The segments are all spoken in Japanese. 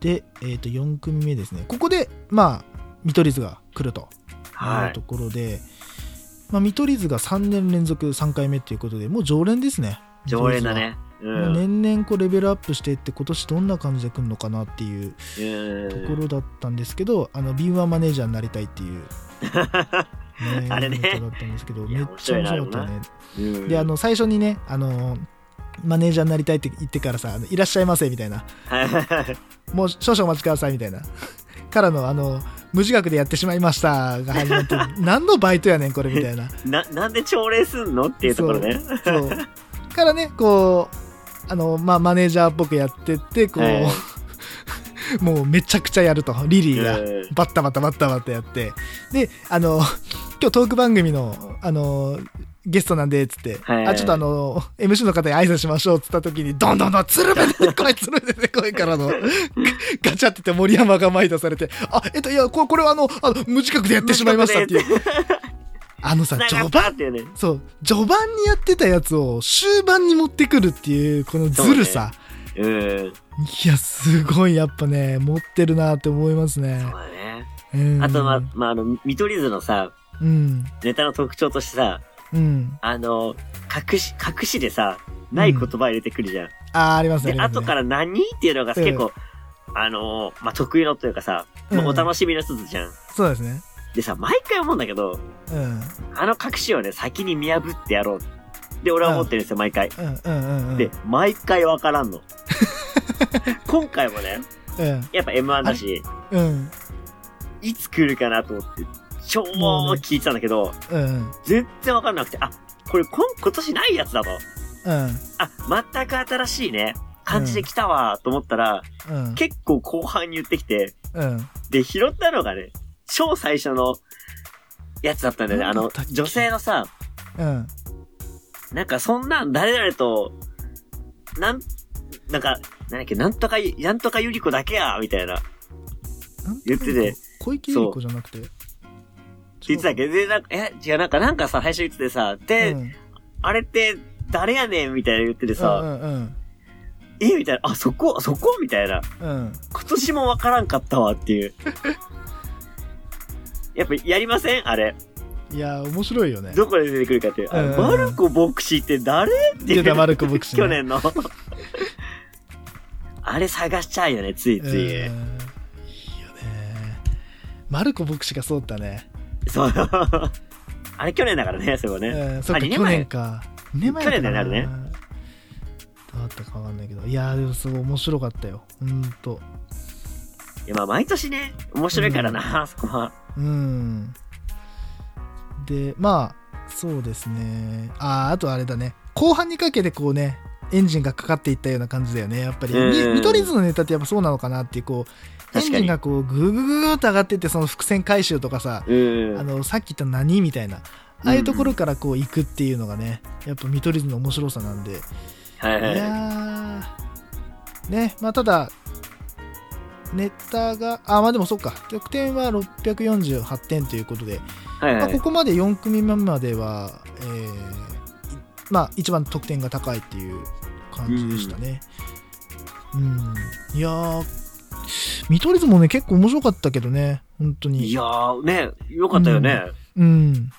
で、えー、と4組目ですねここでまあ見取り図が来るとはいいうところで、まあ、見取り図が3年連続3回目ということでもう常連ですね常連だ見取り図ね。うは、ん。もう年々こうレベルアップしていって今年どんな感じで来るのかなっていううんところだったんですけど、あの敏腕マネージャーになりたいって いう、ねあれねネタだったんですけどいめやっちゃ面白かったよ面白いなあれねうんであ、の最初にねあのマネージャーになりたいって言ってからさ「あのいらっしゃいませ」みたいなはいはいはい「もう少々お待ちください」みたいな からのあの「無自覚でやってしまいました」が始まって何のバイトやねんこれみたいなな、なん で朝礼すんのっていうところね。そうからねこうあの、まあ、マネージャーっぽくやってってこう、はい もうめちゃくちゃやるとリリーが。うんバッタバタバッタバタやってであの今日トーク番組のあのゲストなんでっつって、はいあちょっとあの MC の方に挨拶しましょうっつった時にどんどんどん鶴瓶 出てこい鶴瓶出てこいからのガガチャって言って森山が前出されてあえっといやこれこれはあのあの無自覚でやってしまいましたっていう。あのさ繋が序っ盤たっていうね。そう序盤にやってたやつを終盤に持ってくるっていうこのずるさ、うん。いやすごいやっぱね持ってるなって思いますねそうだね。うんあと、ま、まあ、あの、見取り図のさ、うんネタの特徴としてさ、うん。あの、隠し、隠しでさ、ない言葉入れてくるじゃん。あー、ありますね。で、あります後ねから何っていうのがうん結構、あのーまあ、得意のというかさ、まあうんお楽しみの一つじゃん。そうですね。でさ、毎回思うんだけど、うん。うんあの隠しをね、先に見破ってやろう。で、俺は思ってるんですよ、毎回。うんうんうん。で、毎回わからん の。今回もね、うんやっぱ M1 だし、うんいつ来るかなと思って、超聞いてたんだけど、うん全然わかんなくて、あ、これ今今年ないやつだと。うんあ、全く新しいね、感じで来たわ、と思ったら、うん結構後半に言ってきて、うん。で、拾ったのがね、超最初のやつだったんだよね。なあんのだっ、け女性のさ、うん。なんかそんなん誰々と、なん、なんか、なんだっけ、なんとかゆ、なんとかゆり子だけや、みたいな。言ってて。小池百合子じゃなくて。言ってたっけど、で、なんか、え、違う、なんか、なんかさ、最初言っててさ、で、うんあれって、誰やねんみたいな言っててうさ、んうんえみたいな、あ、そこ、そこみたいな。うん。今年もわからんかったわっていう。 やっぱ、やりませんあれ。うん。いやー、面白いよね。どこで出てくるかっていう。あうんマルコボクシーって誰ってい出う。たマルコボクシー去年の。 あれ探しちゃうよね、ついうんついいい。よね。マルコ牧師がそうだね。そう。あれ去年だからね、それはね。うん、そっあか、二年去前年か。2年前だったかな去年だよねあ。どうだったかわかんないけど。いやー、でもすごい面白かったよ。ほんと。いや、まあ、毎年ね、面白いからな、そこは。うん。で、まあ、そうですね。ああ、あとあれだね。後半にかけてこうね、エンジンがかかっていったような感じだよね。やっぱり。うんみ見取り図のネタってやっぱそうなのかなっていう、こう、エン確かジンにがこう、ぐぐぐぐーっと上がってって、その伏線回収とかさ、うん。あの、さっき言った何みたいな。ああいうところからこう行くっていうのがね、やっぱ見取り図の面白さなんで。はいいはい。やーねまあただネタがあまあでもそっか得点は648点ということで、はいまあ、はこい。こまで4組目までは、えーいまあ一番得点が高いっていう感じでしたねうん、いやー見取り図もね結構面白かったけどね本当にいやー、ね、よかったよね。うん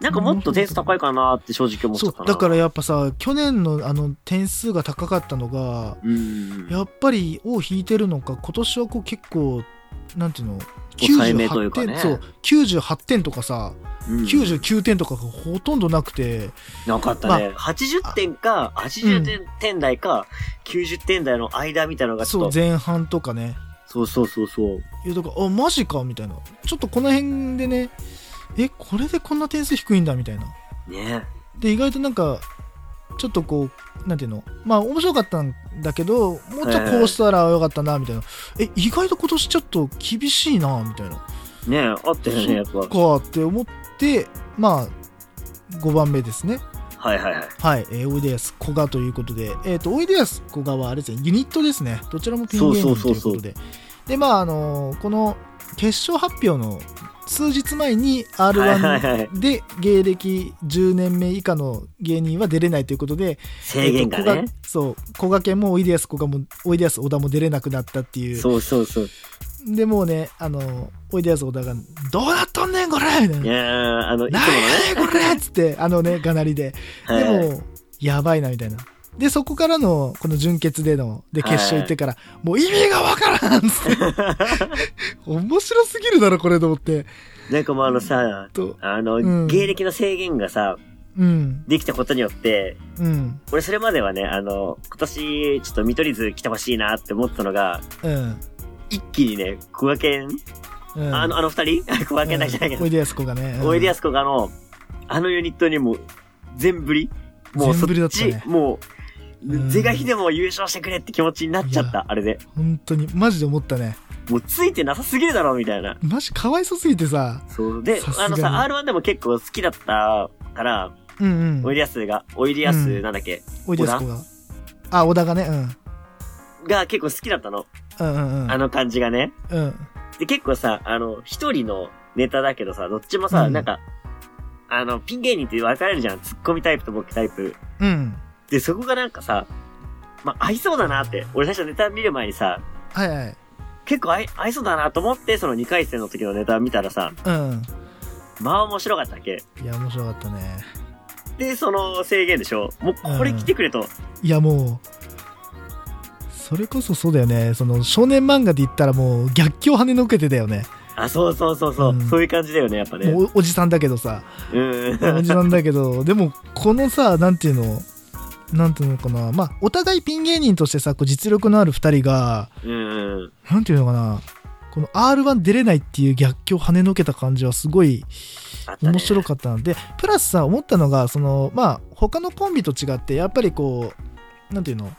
なんかもっと点数高いかなって正直思っちそゃうったな。だからやっぱさ去年のあの点数が高かったのがうん。やっぱりを引いてるのか今年はこう結構なんていうの抑えめというかね点そう98点とかさ、うん99点とかがほとんどなくてなかったね。80点か、80点点台か、90点台の間みたいなのがちそょうっと、前半とかねそうそうそうそう。いうとかあマジかみたいなちょっとこの辺でねえこれでこんな点数低いんだみたいなねで意外となんかちょっとこうなんていうのまあ面白かったんだけどもうちょっとこうしたらよかったなみたいな、え意外と今年ちょっと厳しいなみたいなねえ、あったよね、やっぱ。かって思ってまあ5番目ですねはいはいはい。はい、えーおいでやすこがということで、えっとおいでやすこがはあれですねユニットですねどちらもピン芸人とそいううことそうでそうそうでまああのーこの決勝発表の数日前にはいはいは R1 いで芸歴10年目以下の芸人は出れないということで、制限がえっとこね。そう、こがけんもおいでやすこがも、おいでやす小田も出れなくなったっていう。そうそうそう。で、もうね、あの、おいでやす小田が、どうなっとんねん、これみたいいな。やーあの、いつものなんやねんこれっつっ て、あのね、がなりで。でね。はいも、やばいな、みたいな。で、そこからの、この準決での、で、決勝行ってから、もう意味がわからんっつって。 面白すぎるだろ、これと思って。なんかもうあのさ、と、あうんの、芸歴の制限がさ、うん、できたことによって、うん、俺それまではね、あの、今年、ちょっと見取り図来てほしいなって思ってたのが、うん。一気にね、小賀健、うん、あの、あの二人 小賀健だけじゃないけうんおどい、でやすこがね。おいでやす。すこがの、あのユニットにも、全振りもう全そ振りだっったち、ねもうんう、是が非でも優勝してくれって気持ちになっちゃっいやた、あれで。本当に、マジで思ったね。もうついてなさすぎるだろ、みたいな。マジかわいそすぎてさ。そう。でさす、があのにさ、R1 でも結構好きだったから、うんうおいん。でやすが、おいでやすなんだっけ、おいでやすこが。あ、小田がね、うん。が結構好きだったの。うんうんうん。あの感じがね。うん。で、結構さ、あの、一人のネタだけどさ、どっちもさ、うんなんか、あの、ピン芸人って分かれるじゃん。ツッコミタイプとボケタイプ。うん。で、そこがなんかさ、まあ、合いそうだなって。俺最初ネタ見る前にさ、はいはい。結構合い合いそうだなと思って、その2回戦の時のネタ見たらさ、うん。まあ面白かったわけ。いや、面白かったね。で、その制限でしょ。もう、これ来てくれと。いや、もう、それこそそうだよね。その、少年漫画で言ったらもう、逆境跳ねのけてだよね。あ、そうそうそうそうう、んそういう感じだよね、やっぱね。もうおおじさんだけどさ。うん。おじさんだけど、でも、このさ、なんていうの、なんていうのかな。まあ、お互いピン芸人としてさ、こう実力のある二人が、うん。なんていうのかな、この R1 出れないっていう逆境を跳ねのけた感じはすごいあったね面白かったので、プラスさ、思ったのが、その、まあ、他のコンビと違って、やっぱりこう、なんていうの、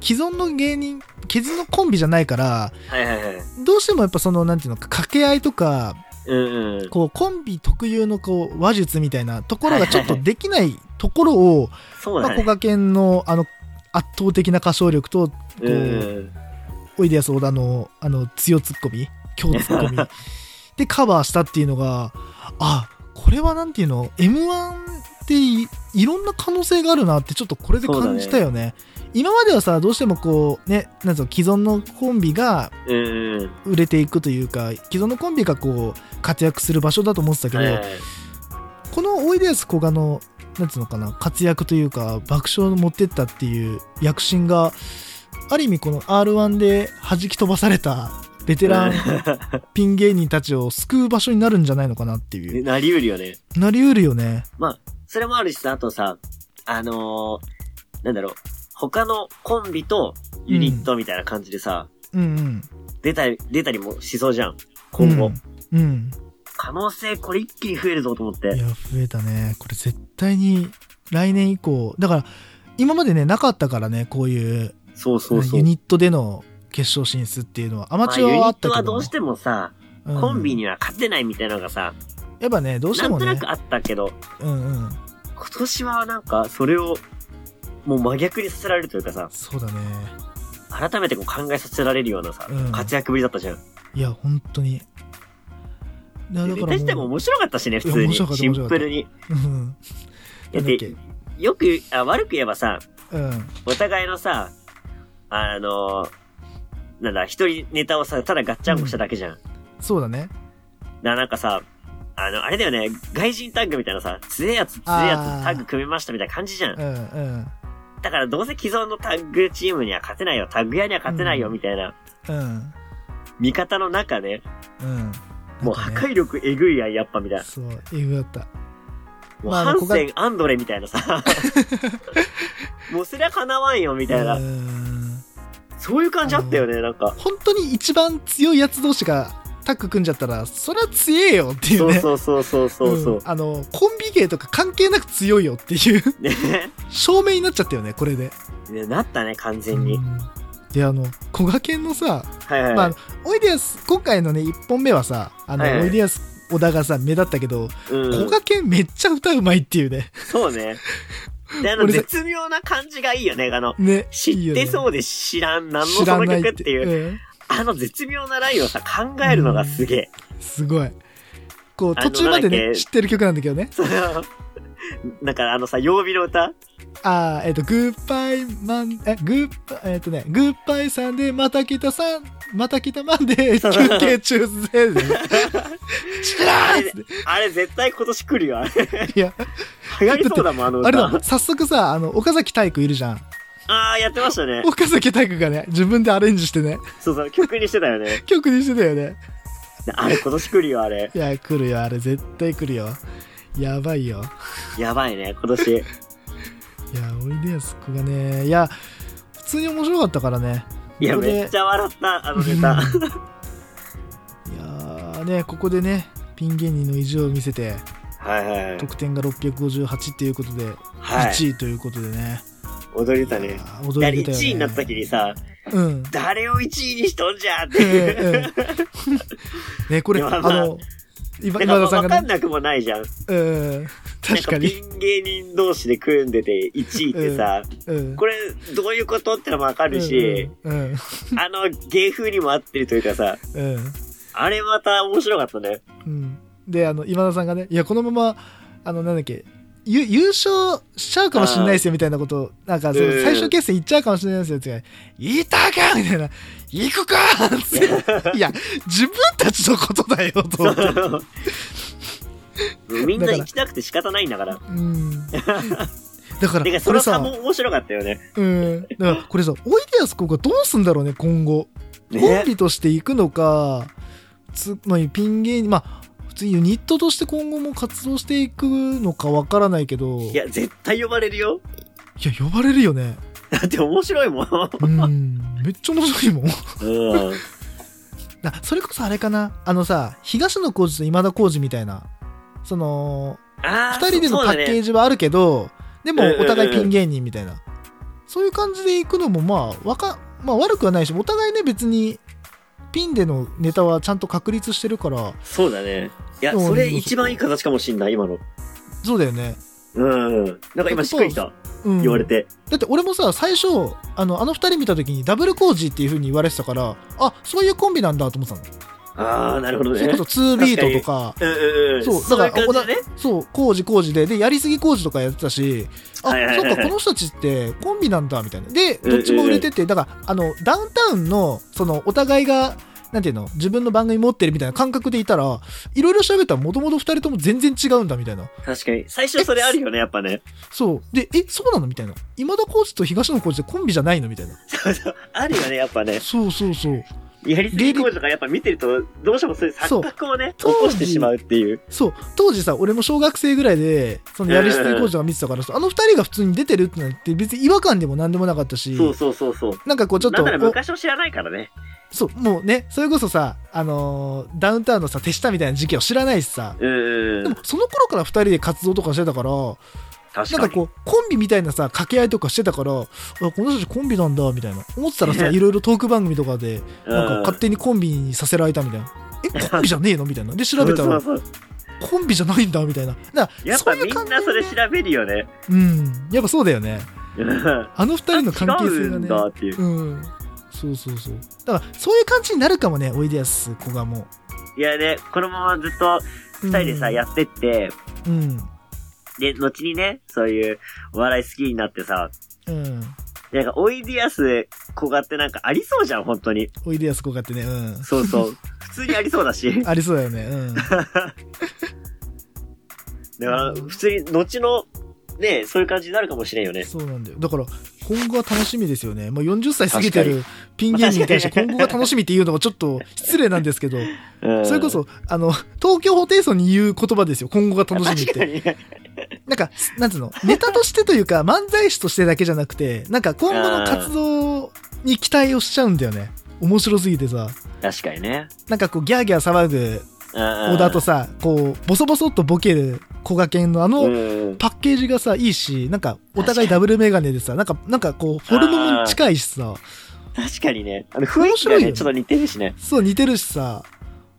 既存の芸人、既存のコンビじゃないから、はいはいはい。どうしてもやっぱその、なんていうのか、掛け合いとか、うんうん。こう、コンビ特有のこう、話術みたいなところがちょっとできないところを、そうまだあ、小ね。賀健の、あの、圧倒的な歌唱力と、こう、うん。おいでやす小田のあの強ツッコミ強ツッコ ミでカバーしたっていうのがあこれはなんていうの m 1っていいろんな可能性があるなってちょっとこれで感じたよね今まではさどうしてもこうねなんつうの既存のコンビがうんうん。売れていくというか既存のコンビがこう活躍する場所だと思ってたけど、はいはいこのおいでやすこがのなんつうのかな活躍というか爆笑を持ってったっていう躍進がある意味この r 1で弾き飛ばされたベテランピン芸人たちを救う場所になるんじゃないのかなっていうなりうるよね。なりうるよねそれもあるしさ、あとさ、あのー、なんだろう、他のコンビとユニットみたいな感じでさ、うんうん出たり、出たりもしそうじゃん。今後。うん、可能性これ一気に増えるぞと思っうん、いて。や増えたねこれ絶対に来年以降だから今までねなかったからねこういうそうそうそう。ユニットでの決勝進出っていうのはアマまあチユュニアはあっッたトけはどどもうしてもさ、うんコンビには勝てないみたいなのがさ、やっぱねどうしてなんもとねなくあったけど、うんうん今年はなんかそれを、もう真逆にさせられるというかさ、そうだね改めてこう考えさせられるようなさ、うん活躍ぶりだったじゃん。いや本当にいやだかでネらタ自体ももう面白かったしね、普い通や面に。白かったシンプルに。うんだなっんだってけ、よく、あ悪く言えばさ、うんお互いのさ、あの、なんだ、一人ネタをさ、ただガッチャンコしただけじゃん。そうだねな、なんかさ、あの、あれだよね、外人タッグみたいなさ、強えやつ、強えやあーつタッグ組みましたみたいな感じじゃんう。んうんだからどうせ既存のタッグチームには勝てないよ、タッグ屋には勝てないよ、うんみたいな、うん味方の中ね、うんもなう破んかね壊力えぐいやん、やっぱみたいな。そう英語だったもうまああハのンセン、アンドレみたいなさ。 もうそりゃ叶わんよ、みたいなう。んそういう感じあったよね、なんか。本当に一番強いやつ同士がタッグ組んじゃったらそりゃ強えよっていうそうねそうそうそうそうそううん。あのコンビ芸とか関係なく強いよっていう ね証明になっちゃったよねこれでねなったね、完全にう。んであのこがけんのさはいはい。まああの、おいでやす今回のね1本目はさあの、はいはおいいでやす小田がさ目立ったけど、うこん。がけんめっちゃ歌うまいっていうね そうね。で、あの、俺さ絶妙な感じがいいよね、あの、ね知ってうそうで知らん、なんの知そらのない曲っていう、うんあの絶妙なラインをさ、考えるのがすげえ。すごい構途中まであのなんね、だっけ知ってる曲なんだけどね。それはだからあのさ、曜日の歌あー、えっ、と、グッバイマン、え、グッバイ、えっ、とね、グッバイさんで、また来たさん、また来たマンデー、 そう休憩中ぜ、で。知らんっつってあれ絶対今年来るよ、あれ。いや、流行りそうだもん、あの歌。あれだもん、早速さ、あの、岡崎体育いるじゃん。ああ、やってましたね。岡崎体育がね、自分でアレンジしてね、そうそう、曲にしてたよね。曲にしてたよね。あれ今年来るよ、あれ。いや、来るよ、あれ、絶対来るよ。やばいよ。やばいね、今年。いや、おいでやすこがね、いや、普通に面白かったからね。いや、ここでめっちゃ笑った、あのネタ。うんいやーね、ここでね、ピン芸人の意地を見せて、はいはいはい。得点が658っていうことで、はい。 1位ということでね。踊れたいねや。ー驚誰いてたよ、ね。 1位になった時にさ、うん。誰を1位にしとんじゃんっえていう。えええね、これ、いやあまあの、今 なん今田さかん分がかねん、なくもないじゃん。うん、確かに。なんかピン芸人同士で組んでて1位ってさ、うん。これどういうことってのもわかあるし、、うん、あの芸風にも合ってるというかさ、うん。あれまた面白かったね。うん。で、あの、今田さんがね、いや、このまま、あの、なんだっけ、ゆ優勝しちゃうかもしれないですよみたいなことをなんか、そのうん最終決戦いっちゃうかもしれないですよって言言いたかみたいな、行くかつって、いや、自分たちのことだよ、と思って。 みんな行きたくて仕方ないんだから。うん。だからてか、、そこれの差さも、面白かったよね。うん。だから、これさ、おいでやすこがどうすんだろうね、今後。コンね。ビとして行くのか、つまりピン芸人、まあ、普通にユニットとして今後も活動していくのかわからないけど、いや、絶対呼ばれるよ。いや、呼ばれるよ ね。だって面白いもん。うん。めっちゃ面白いもん。うん。あそれこそあれかな。あのさ、東野幸治と今田耕司みたいな、その、ああ、 二人でのそうパだッケーね。ジはあるけど、でうんうんもうんお互いピン芸人みたいな。そういう感じで行くのも、まあ、わか、まあ悪くはないし、お互いね、別に、ピンでのネタはちゃんと確立してるから、そうだね。いや、そうそれ一番いい形かもしんない、今の。そうだよね。うん。なんか今、しっくりきた。うん。言われて。だって俺もさ最初あのあの2人見た時にダブルコージーっていう風に言われてたからあそういうコンビなんだと思ってたのああ、なるほどそれねこそ。2ビートとかうんうんうん。そうだからそういう感じでね。そうコージコージででやりすぎコージとかやってたしあ、はいはいはいはいそっかこの人たちってコンビなんだみたいなでうんどっちも売れててだからあのダウンタウンのそのお互いがなんていうの自分の番組持ってるみたいな感覚でいたらいろいろ調べたらもともと2人とも全然違うんだみたいな確かに。最初それあるよね、やっぱね。 そうでえそうなのみたいな今田コーチと東野コーチってコンビじゃないのみたいなそうそう。あるよね、やっぱね。そうそうそうやりすぎ工事とかやっぱ見てると、どうしてもそういう錯覚をね、起そうこしてしまうっていう。そう当時さ俺も小学生ぐらいでそのやりすぎ工事が見てたから、あの二人が普通に出てるってなって別に違和感でも何でもなかったしそうそうそうそう。なんかこうちょっなとんならこう昔を知らないからね。そうもうねそれこそさあのーダウンタウンのさ手下みたいな事件を知らないしさうんうんうでんも。その頃から二人で活動とかしてたから確なんかかに。こうコンビみたいなさ掛け合いとかしてたからあこの人たちコンビなんだみたいな思ってたらさいろいろトーク番組とかでなんか勝手にコンビにさせられたみたいな。えコンビじゃねえのみたいな。で調べたそうらそうそうコンビじゃないんだみたいな。だからやっぱそういみうん感なそれ調べるよね。うん、やっぱそうだよね。うんあの二人の関係性違がうんね。だっていう。うん。そうそうそう。だから、そういう感じになるかもね、おいでやすこがもいやね、このままずっとう。二人でさ、やってって、うん。で、後にね、そういうお笑い好きになってさ、うん。なんか、おいでやす子がってなんかありそうじゃん、本当に。おいでやすこがってね、うん。そ うそう。普通にありそうだし。ありそうだよね。うん。だから、普通に、後の、ね、そういう感じになるかもしれんよね。そうなんだよ。だから、今後は楽しみですよね。もう40歳過ぎてるピン芸人に対して確か今に後が楽しみっていうのもちょっと失礼なんですけど、うんそれこ、そ、あの、東京ホテイソンに言う言葉ですよ。今後が楽しみって確か。にね。なんか、なんつうの、ネタとしてというか、漫才師としてだけじゃなくて、なんか今後の活動に期待をしちゃうんだよね。面白すぎてさ、確かにね。なんかこう、ギャーギャー騒ぐ小小田とさ、こう、ボソボソっとボケる小賀犬のあうのん。パッケージがさ、いいし、なんかお確か互いにダブルメガネでさ、なんか、なんかこう、フォルムも近いしさ、確かにね。あの、雰囲気面白がいよね、ちょっと似てるしね。そう似てるしさ、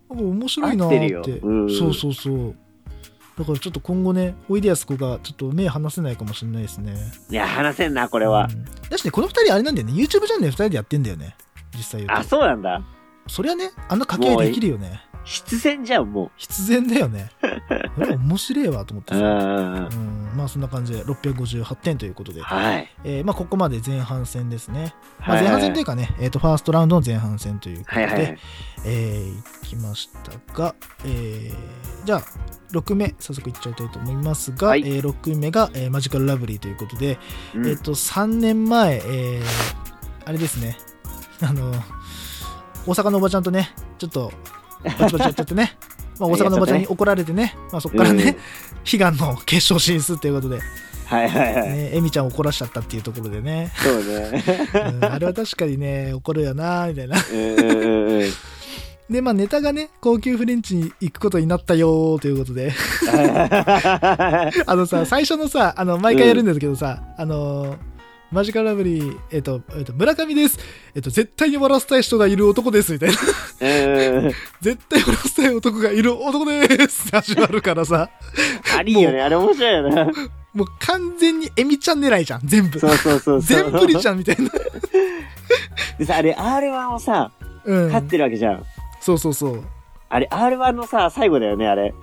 なんか面白いなー合っってるてようんそうそうそう。だからちょっと今後ね、おいでやすこがちょっと目離せないかもしれないですね。いや、話せんな、これはう。んだしねこの二人あれなんだよね YouTube チャンネル二人でやってんだよね実際言うあ、とそうなんだ。そりゃねあんな掛け合いできるよね必然じゃん、も必然だよ ね。これ面白いわと思ってう。うんさ。うんうん。うん、まあそんな感じで658点ということで、はい。えーまあ、ここまで前半戦ですね。まあ、はい前半戦というかね、えー、とファーストラウンドの前半戦ということで、はいはいはい。えーいきましたが、えーじゃあ6名早速いっちゃいたいと思いますが、はいえ6名が、えーマジカルラブリーということで、うんえっ、と3年前、えーあれですね あの大阪のおばちゃんとねちょっとバチバチやっちゃって ねまあ大阪のおばちゃんに怒られてね、まあ、そこからね、 悲願の決勝進出ということで、ね、うん。はいはいはい。えみちゃんを怒らしちゃったっていうところでね、そうね。うんあれは確かにね、怒るよな、みたいな。うんうんうんうん。で、まあネタがね、高級フレンチに行くことになったよーということで、 あのさ、最初のさ、あの、毎回やるんですけどさ、あのーマジカルラブリー、えっ、と、えっ、と、村上です。えっ、と、絶対に笑わせたい人がいる男です、みたいな。 うんうん絶対笑わせたい男がいる男ですって始まるからさ、ありよね、あれ面白いよな。もう完全にエミちゃん狙いじゃん、全部そ。うそうそうそう。全部りちゃんみた いな。でさ、あれ R1 をさ、う勝っん。てるわけじゃん。そうそうそう。あれ R1 のさ、最後だよね、あれ。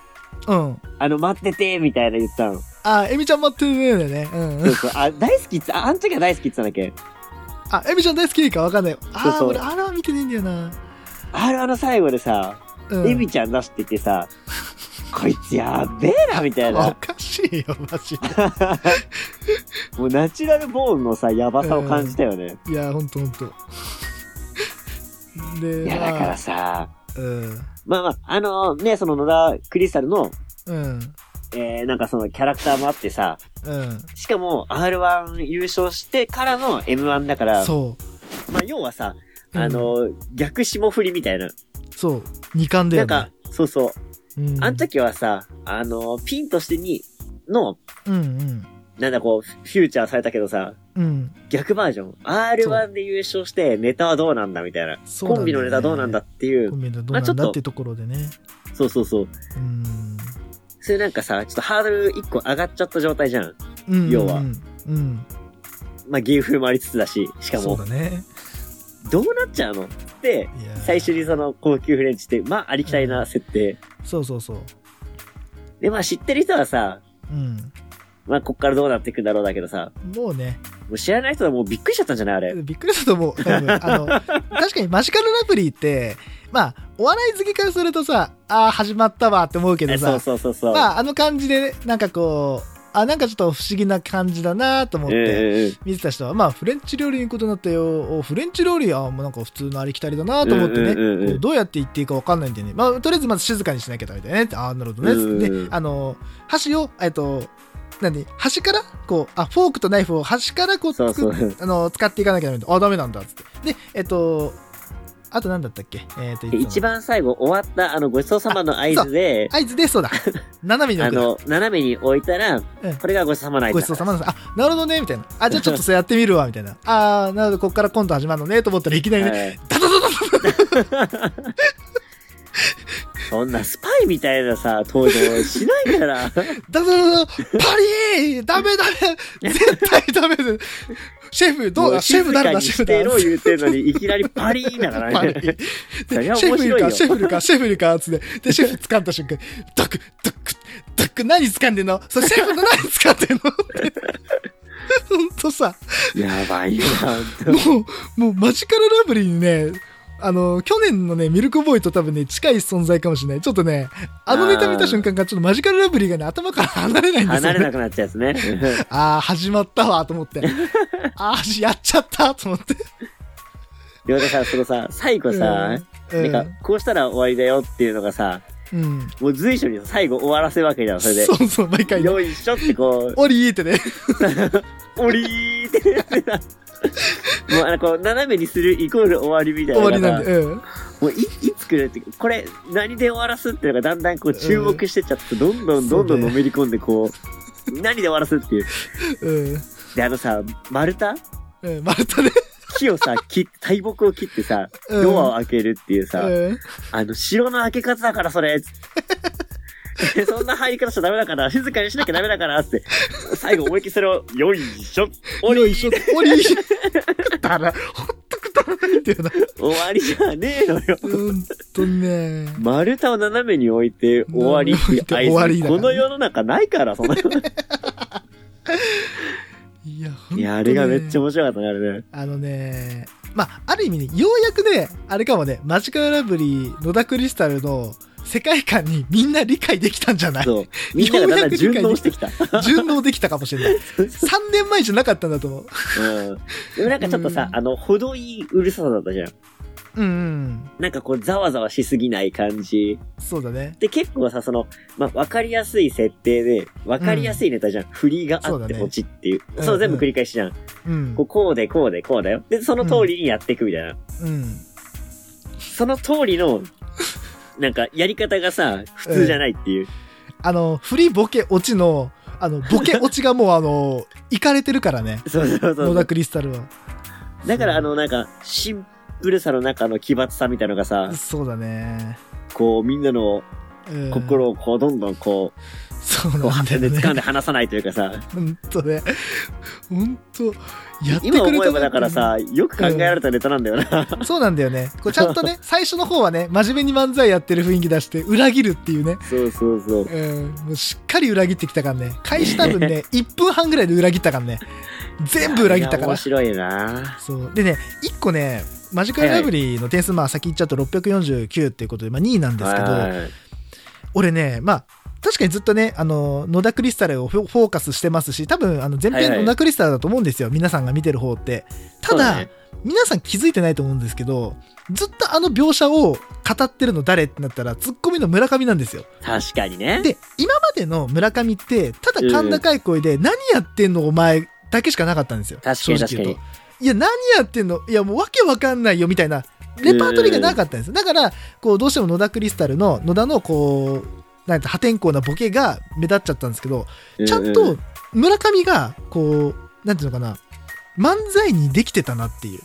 うん。あの、待ってて、みたいな言ったの。あ、エミちゃん待ってるねだよね。うんそう。そう。あ、大好きって、ああん時は大好きって言ってたんだっあ、エミちゃん大好きかわかんない。あそうー、そう俺、あら見てねえんだよな。け ?R1 の最後でさ、うん、エビちゃん出しててさ、こいつやべえな、みたいおな。かしいよ、マジで。もうナチュラルボーンのさ、やばさを感じたよね。いや、ほんとほんと。で、いや、だかまらあ、さ、うん。まあまあ、あのね、その野田クリスタルの、うん。えー、なんかそのキャラクターもあってさ、うん。しかも R1 優勝してからの M1 だから、そまあ要はさ、うんあの、逆霜降りみたいな。う。そう。二冠だなよんね。か、そうそうう。ん、あの時はさ、あの、ピンとしてに、の、うんうん。なんだこう、フューチャーされたけどさ、うん。逆バージョン。R1 で優勝して、ネタはどうなんだみたいな。そうなんだよねコンビのネタどうなんだっていコう。ンビのどうまあちなょんっだとってところでね。そうそうそう。うん。それなんかさ、ちょっとハードル1個上がっちゃった状態じゃん。うん。要うはん。うん。まあ、芸風もありつつだし、しかそうも、だね。どうなっちゃうのって、いや最初にその高級フレンチって、まあ、ありきたりな設定。そうそうそう。で、まあ、知ってる人はさ、うん。まあ、こっからどうなっていくだろうだけどさ、もうね、もう知らない人はもうびっくりしちゃったんじゃないあれ。びっくりしたと思う。多分あの、確かにマジカルラブリーって、まあ、お笑い好きからするとさ、ああ、始まったわって思うけどえさ、そうそうそうそう。まあ、あの感じで、なんかこう、あ、なんかちょっと不思議な感じだなと思っうんて、うんうん見てた人は、まあ、フレンチ料理に行くことになったよ。おフレンチ料理、あ、もうなんか普通のありきたりだなと思ってね、うんうんうんうんこうどうやって言っていいか分かんないんでね、まあ、とりあえずまず静かにしなきゃダメだよねって、ああ、なるほどね。うんうんうんで、あの、箸を、えっと、何端からこうあフォークとナイフを端からこうそうつくそう。あの使っていかなきゃダメだあダメなんだっつってでえっとあと何だったっけえっといつもの一番最後終わったあのごちそうさまの合図で、合図でそうだ斜めにあ置くの、斜めに置いたら、うんこれがごちそうさまの合図だ。ごちそうさまです。あ、なるほどね、みたいな。あ、じゃあちょっとそれやってみるわ、みたいな。あー、なるほど、こっからコント始まるのね、と思ったらいきなりね、はいダダダダダそんなスパイみたいなさ、登場しないから。ダダダダパリーダメダメ絶対ダメです。シェフ、どうもだシェフ静か誰だにシェしフてろだ言ってんのに、いきなりパリーだから パリね。ーそりゃシェ面フいる白いよか、。シェフいるか、シェフいるか、つって。で、シェフ掴んだ瞬間、ドク、ドク、ドク、何掴んでんのそれシェフの何掴んでんのって ほんとさ。やばいよな、 ほんともう、もうマジカルラブリーにね、あの、去年のね、ミルクボーイと多分ね、近い存在かもしれない。ちょっとね、あのネタ見た瞬間から、ちょっとマジカルラブリーがね、頭から離れないんです離よ、れね。なくなっちゃうやつ ね。ああ、始まったわ、と思 って。ああ、やっちゃった、と思って。で、俺さ、そのさ、最後さ、うん、なんか、こうしたら終わりだよっていうのがさ、うん。もう随所に最後終わらせるわけじゃん、それでそ。うそう、毎回ね、よいしょってこう、オリーってね。おりーってやってた。もうあのこう斜めにするイコール終わりみたい終なわのりがなんで。うん。もういいつ来るってこれ何で終わらすっていうのがだんだんこう注目してっちゃって、どんどんどんどんそうねのめり込んでこう何で終わらすっていううん。であのさ丸太うん、丸太ね。木を さ切っ大木を切ってさうんドアを開けるっていうさ、うん。あの城の開け方だから それそんな入り方しちゃダメだから静かにしなきゃダメだからって最後思いっきりそれをよいしょお りよいしょ、オリー。くだら、ほんとくだらない。なんだよな。終わりじゃねえのよ。うーんとね。丸太を斜めに置いて終わりって斜めに置いて終わり合だから図。こねの世の中ないか ら、そんな。いいや、ほんとねや、あれがめっちゃ面白かったね、あれね。あのね、まあ、ある意味ね、ようやくね、あれかもね、マジカルラブリー、野田クリスタルの世界観にみんな理解できたんじゃないそう。みんながだんだん順応して きた。順応できたかもしれない。3年前じゃなかったんだと思う。うん。でもなんかちょっとさ、うんあの、程いいうるささだったじゃん。うん、うん。なんかこう、ざわざわしすぎない感じ。そうだね。で、結構さ、その、まあ、わかりやすい設定で、わかりやすいネタじゃん。振りがそあうだっねてほちっていう。そう,、うんうん全部繰り返しじゃん。うんこう。こうで、こうで、こうだよ。で、その通りにやっていくみたいな。うん。その通 りの、なんか、やり方がさ、普通じゃないっていう。あの、振りボケ落ちの、あの、ボケ落ちがもう、あ の、いかれてるからね。そうそうそ野う田クリスタルは。だから、そうあの、なんか、シンプルさの中の奇抜さみたいのがさ、そうだね。こう、みんなのうん心をこう、どんどんこそうう、こう、なんハだ手よでね。掴んで離さないというかさ、本当ね。本当やってくれた今な思えばだからさ、よく考えられたネタなんだよな。そうなんだよね。こうちゃん とね、最初の方はね、真面目に漫才やってる雰囲気出して、裏切るっていうね。そうそうそう。うん、もうしっかり裏切ってきたからね。開始多分 ね、1分半ぐらいで裏切ったからね。全部裏切ったかいらや面。白いなそう。でね、1個ね、マジカルラブリーの点数、まあ先言っちゃうと649っていうことで、まあ2位なんですけど、はい俺ね、まあ、確かにずっとね、あの、野田クリスタルをフォフォーカスしてますし、多分、あの、前はい編はい野田クリスタルだと思うんですよ。皆さんが見てる方って。ただ、そうね皆さん気づいてないと思うんですけど、ずっとあの描写を語ってるの誰ってなったら、ツッコミの村上なんですよ。確かにね。で、今までの村上って、ただ甲高い声で、何やってんのお前だけしかなかったんですよ。確かに正直言うと。いや、何やってんのいや、もうわけわかんないよ、みたいな、レパートリーがなかったんです。だから、こう、どうしても野田クリスタルの、野田の、こう、なんて破天荒なボケが目立っちゃったんですけど、ちゃんうと村上が、こう、なんていうのかな、漫才にできてたなっていう。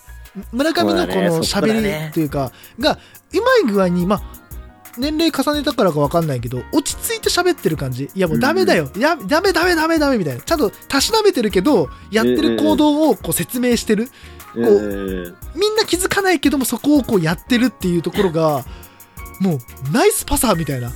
村上のこのそうだねそこだ喋ねりというか、が、うまい具合に、まあ、年齢重ねたからかわかんないけど、落ち着いて喋ってる感じ。いや、もうダメだよ。やダメダメダメダメみたいな。ちゃんとたしなめてるけど、やってる行動をこう説明してる。うんうんみんな気づかないけども、そこをこうやってるっていうところが、もう、ナイスパサーみたいな。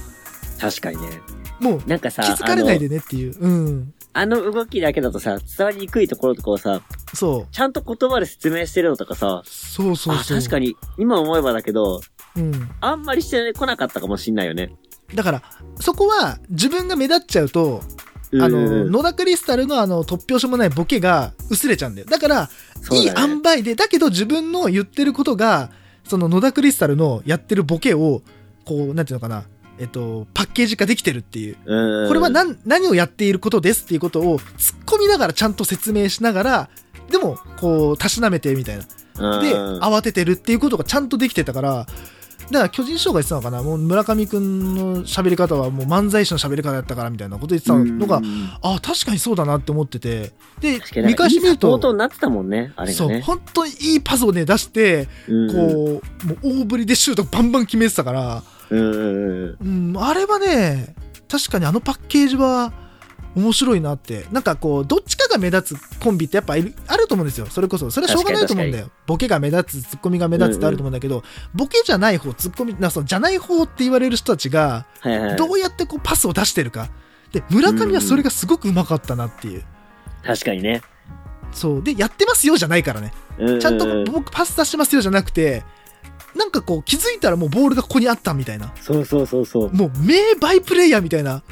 確かにね。もう、なんかさ、気づかれないでねっていう。うん。あの、あの動きだけだとさ、伝わりにくいところとかをさ、そう。ちゃんと言葉で説明してるのとかさ、そうそうあ、そう。確かに、今思えばだけど、うん。あんまりしてこなかったかもしんないよね。だから、そこは自分が目立っちゃうと、あの、野田クリスタルのあの、突拍子もないボケが薄れちゃうんだよ。だから、いい塩ん梅で、だけど自分の言ってることが、その野田クリスタルのやってるボケを、こう、なんていうのかな、えっと、パッケージ化できてるっていう。うんこれは何何をやっていることですっていうことを突っ込みながらちゃんと説明しながらでもこうたしなめてみたいなでうん慌ててるっていうことがちゃんとできてたからだから巨人師匠が言ってたのかなもう村上くんの喋り方はもう漫才師の喋り方だったからみたいなこと言ってたのが、うんあ確かにそうだなって思っててで確かに見返してみるいいとサポートになってたもんね、あれがそうね。本当にいいパスをね出してうんこう、もう大振りでシュートバンバン決めてたから、うんうんうんうん、あれはね、確かにあのパッケージは面白いなって。なんかこう、どっちかが目立つコンビってやっぱいるあると思うんですよ。それこそ。それはしょうがないと思うんだよ。ボケが目立つ、ツッコミが目立つってあると思うんだけど、ボケじゃない方、ツッコミ、なそのじゃない方って言われる人たちが、はいはい。どうやってこうパスを出してるか。で、村上はそれがすごくうまかったなっていう。確かにね。そう。で、やってますよじゃないからね。ちちゃんと僕パス出してますよじゃなくて、なんかこう気づいたらもうボールがここにあったみたいな。そうそうそうそう。もう名バイプレイヤーみたい な。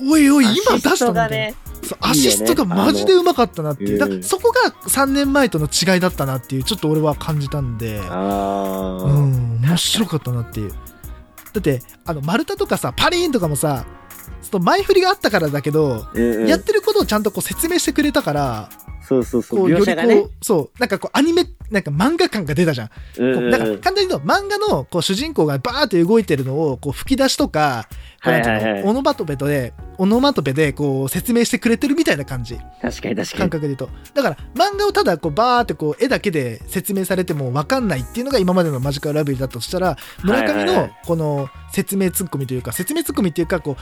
おいおい、今出したののがみたいねな。、そうアシストがマジでうまかったなっていいいう。よねだあのからそこが3年前との違いだったなっていう、ちょっと俺は感じたんで、うああ、ん、面白かったなっていう。だって、あの、丸太とかさ、パリーンとかもさ、ちょっと前振りがあったからだけど、うんうんやってることをちゃんとこう説明してくれたから、そうそうそこう、う、よ描り写こがね。う、そう、なんかこう、アニメ、なんか漫画感が出たじゃん。うんこううんだから簡単に言うと漫画のこう主人公がバーって動いてるのをこう吹き出しとか、こうはいはいなんてはういのオノマトペで、オノマトペでこう説明してくれてるみたいな感じ、確か感に確かに。覚で言うと。だから漫画をただこうバーってこう絵だけで説明されてもわかんないっていうのが今までのマジカルラブリーだとしたら、村上はいはいはのいこの説明ツッコミというか、説明ツッコミっていうか、こ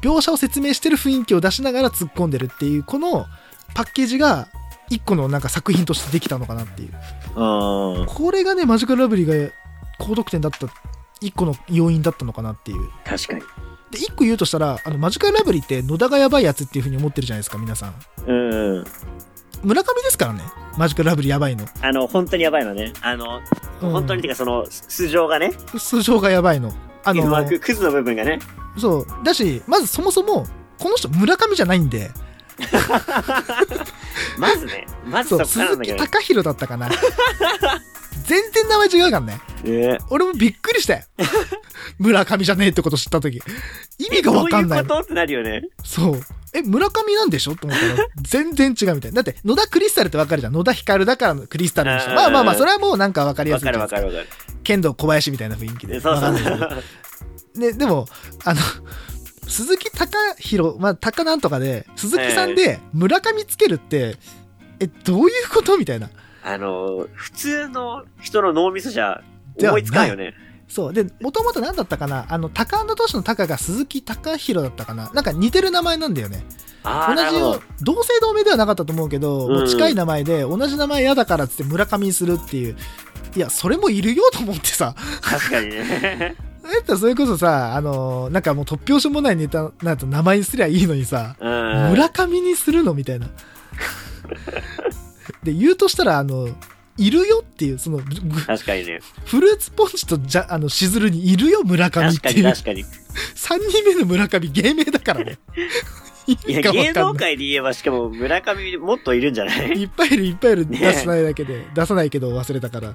う、描写を説明してる雰囲気を出しながら突っ込んでるっていう、このパッケージが一個のなんか作品としてできたのかなっていう。うん。これがね、マジカルラブリーが高得点だった、一個の要因だったのかなっていう。確かに。で、一個言うとしたら、あの、マジカルラブリーって野田がやばいやつっていうふうに思ってるじゃないですか、皆さん。うん。村上ですからね、マジカルラブリーやばいの。あの、本当にやばいのね。あの、うん本当に、てかその、素性がね、素性がやばいの。ああのの、クズの部分がね。そう。だし、まずそもそも、この人村上じゃないんで、まずね、まずそそう、鈴こからなんだ木けどね。貴弘だったかな。全然名前違うからね。え俺もびっくり したよ。村上じゃねえってこと知った時意味がわかんないえどういうことってなるよね。そう。え、村上なんでしょと思 ったら、全然違うみたい。だって、野田クリスタルってわかるじゃん。野田光だからクリスタルにしうた。んまあまあまあ、それはもうなんかわかりやわすいじゃかなるいわですか。かるわかる。剣道小林みたいな雰囲気そうで。そうわかるそう。けどね、でも、あの、鈴木貴弘、まあ、高なんとかで、鈴木さんで村上つけるって、え、どういうことみたいな。 あの、普通の人の脳みそじゃ思いつかんよね。そう。で、もともと何だったかなあの、高の都市の高が鈴木貴弘だったかななんか似てる名前なんだよね。あ同あ、なじるほよど。同姓同名ではなかったと思うけど、うんもう近い名前で同じ名前嫌だからっつって村上にするっていういやそれもいるよと思ってさ 確かにね。だったらそれこそさあのーなんかもう突拍子もないネタなんと名前にすりゃいいのにさうん。村上にするのみたい なで言うとしたらあのいるよっていうそのぐ確かにね。フルーツポンチとじゃあのしずるにいるよ村上っ確てかいにう3確かに。人目の村上芸名だからねい意や、味がわかんない芸能界で言えば、しかも村上もっといるんじゃない いっぱいいるいっぱいいるねえ出さないだけで、出さないけど忘れたから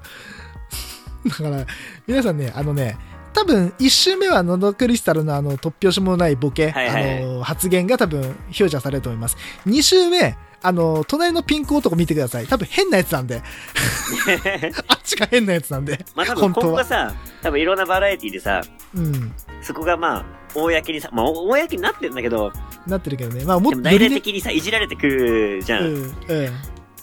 だから皆さんねあのね多分1周目はノドクリスタルのあの突拍子もないボケ、はいはいはいあの発言が多分評価されると思います2周目あの隣のピンク男見てください多分変なやつなん であっちが変なやつなんでまあ多分本今当後はさ、多分いろんなバラエティでさ、うんそこがまあ、公にさ、まあ、お公になってんだけど、なってるけどねまあもっとでも大々ね的にさ、いじられてくるじゃ。うんんうん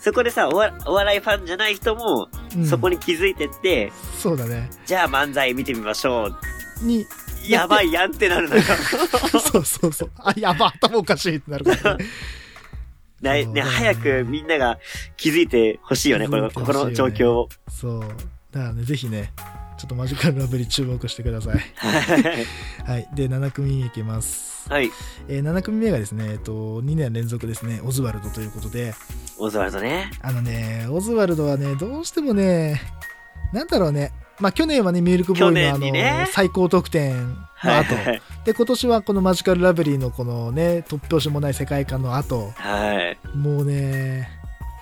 そこでさおわ、お笑いファンじゃない人も、うんそこに気づいてって、そうだねじゃあ漫才見てみましょう。に やばいやんってなるのよ。そうそうそうあやば頭おかしいってなるからねなそうね、ね早くみんなが気づいてほしいよね、この、気づこいてほしいよねの状況を。そう。だからね、ぜひね、ちょっとマジカルラブリー注目してください。 はい。で、7組目いきます。はい。えー7組目がですね、えっと、2年連続ですね、オズワルドということで、オズワルドね。あのね、オズワルドはね、どうしてもね、なんだろうね、まあ去年はね、ミルクボーイのあ去年にの、ね最高得点の後、はい。で、今年はこのマジカルラブリーのこのね、突拍子もない世界観の後、はい。もうね、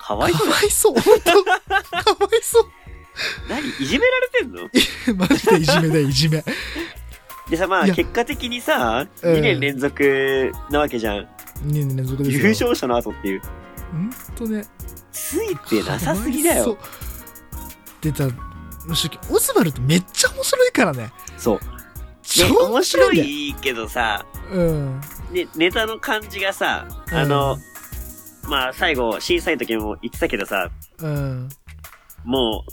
かかわ わいそう。いそう、本当かわいそ何いじめられてんのう。 マジでいじめだよ、いじめ。でさ、まあ、いや結果的にさ、うん2年連続なわけじゃん。 2年連続ですよ。優勝者の後っていう。ほんとね。ついてなさすぎだそうよ。。でた、正直、オズバルってめっちゃ面白いからね。そう。超ね面白んだよ。いけどさ、うん。ね、ネタの感じがさ、あの、まあ、最後、審査員の時も言ってたけどさ、うん。もう、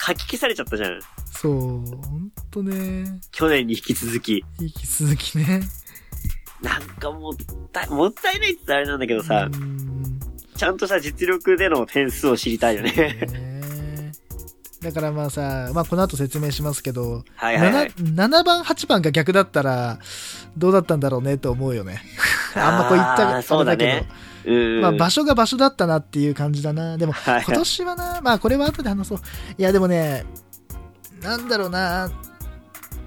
書き消されちゃったじゃん。そう、ほんとね。去年に引き続き。いい続きね。なんかもったい、もったいないって言ったらあれなんだけどさ、うんちゃんとした実力での点数を知りたいよね。ねだからまあさ、まあこの後説明しますけど、はいはいはい。 7, 7番、8番が逆だったら、どうだったんだろうねと思うよね。あんまこう言ったあーあそうれだだけど、ね。うん。まあ場所が場所だったなっていう感じだな。でもはいはい今年はな、まあこれは後で話そう。いやでもね、なんだろうな、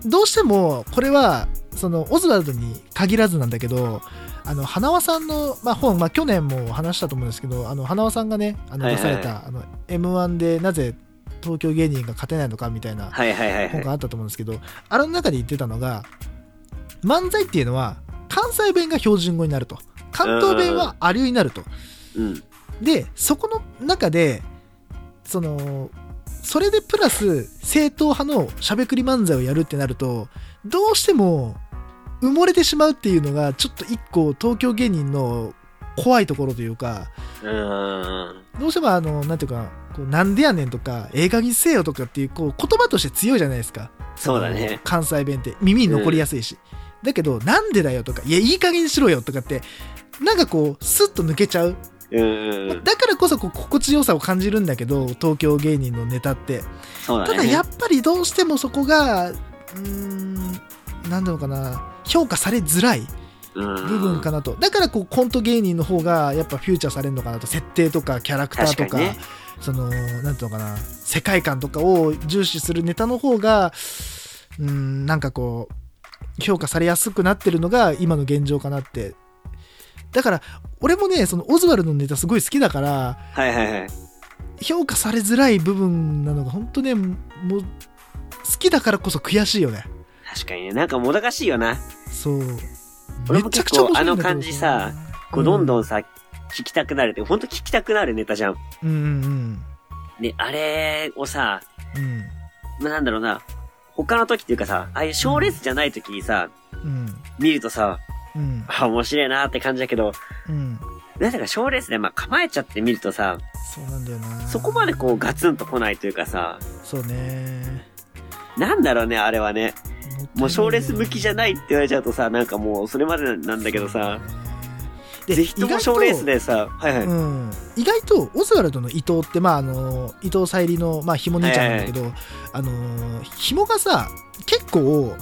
どうしてもこれは、そのオズワルドに限らずなんだけど、あの花輪さんの、まあ、本、まあ、去年も話したと思うんですけど、あの花輪さんがね、あのはい出はいされた、あの M1 でなぜ東京芸人が勝てないのかみたいなはいはいはいは本い。があったと思うんですけど、あれの中で言ってたのが、漫才っていうのは関西弁が標準語になると、関東弁はありになると。うん。でそこの中でそのそれでプラス正統派のしゃべくり漫才をやるってなるとどうしても埋もれてしまうっていうのがちょっと一個東京芸人の怖いところというかうん。どうしてもあのなんていうかこうなんでやねんとか映画にせよとかっていうこう言葉として強いじゃないですかそうだね。関西弁って耳に残りやすいし、だけどなんでだよとかいやいい加減にしろよとかってなんかこうスッと抜けちゃううんうん。だからこそこう心地よさを感じるんだけど東京芸人のネタってそうだね。ただやっぱりどうしてもそこがうーん何だろうかな評価されづらい部部分かなとだからこうコント芸人の方がやっぱフューチャーされるのかなと設定とかキャラクターと確かかにねその何ていうのかな世界観とかを重視するネタの方がうんなんかこう評価されやすくなってるのが今の現状かなってだから俺もねそのオズワルドのネタすごい好きだからはいはいはい。評価されづらい部分なのが本当ねもう好きだからこそ悔しいよね確かにね、なんかもどかしいよな。そう俺も結構面白いんだけどあの感じさこうどんどんさ、聞きたくなるって、ほんと聞きたくなるネタじゃん。うんうんね、あれをさ、うんうんまあ、なんだろうな、他の時っていうかさ、ああいう賞レースじゃない時にさ、うん見るとさ、うんあ、面白いなって感じだけど、うんなぜか賞レースでまあ構えちゃって見るとさ、そうなんだよなそこまでこうガツンと来ないというかさ、そうねなんだろうね、あれはね。もう賞レース向きじゃいないって言われちゃうとさ、なんかもうそれまでなんだけどさ、でぜひとも賞レースでさ、はいはい。うん、意外とオズワルドの伊藤って、まあ、あの伊藤沙莉の、まあ、ひも兄ちゃんなんだけど、あのひもがさ結構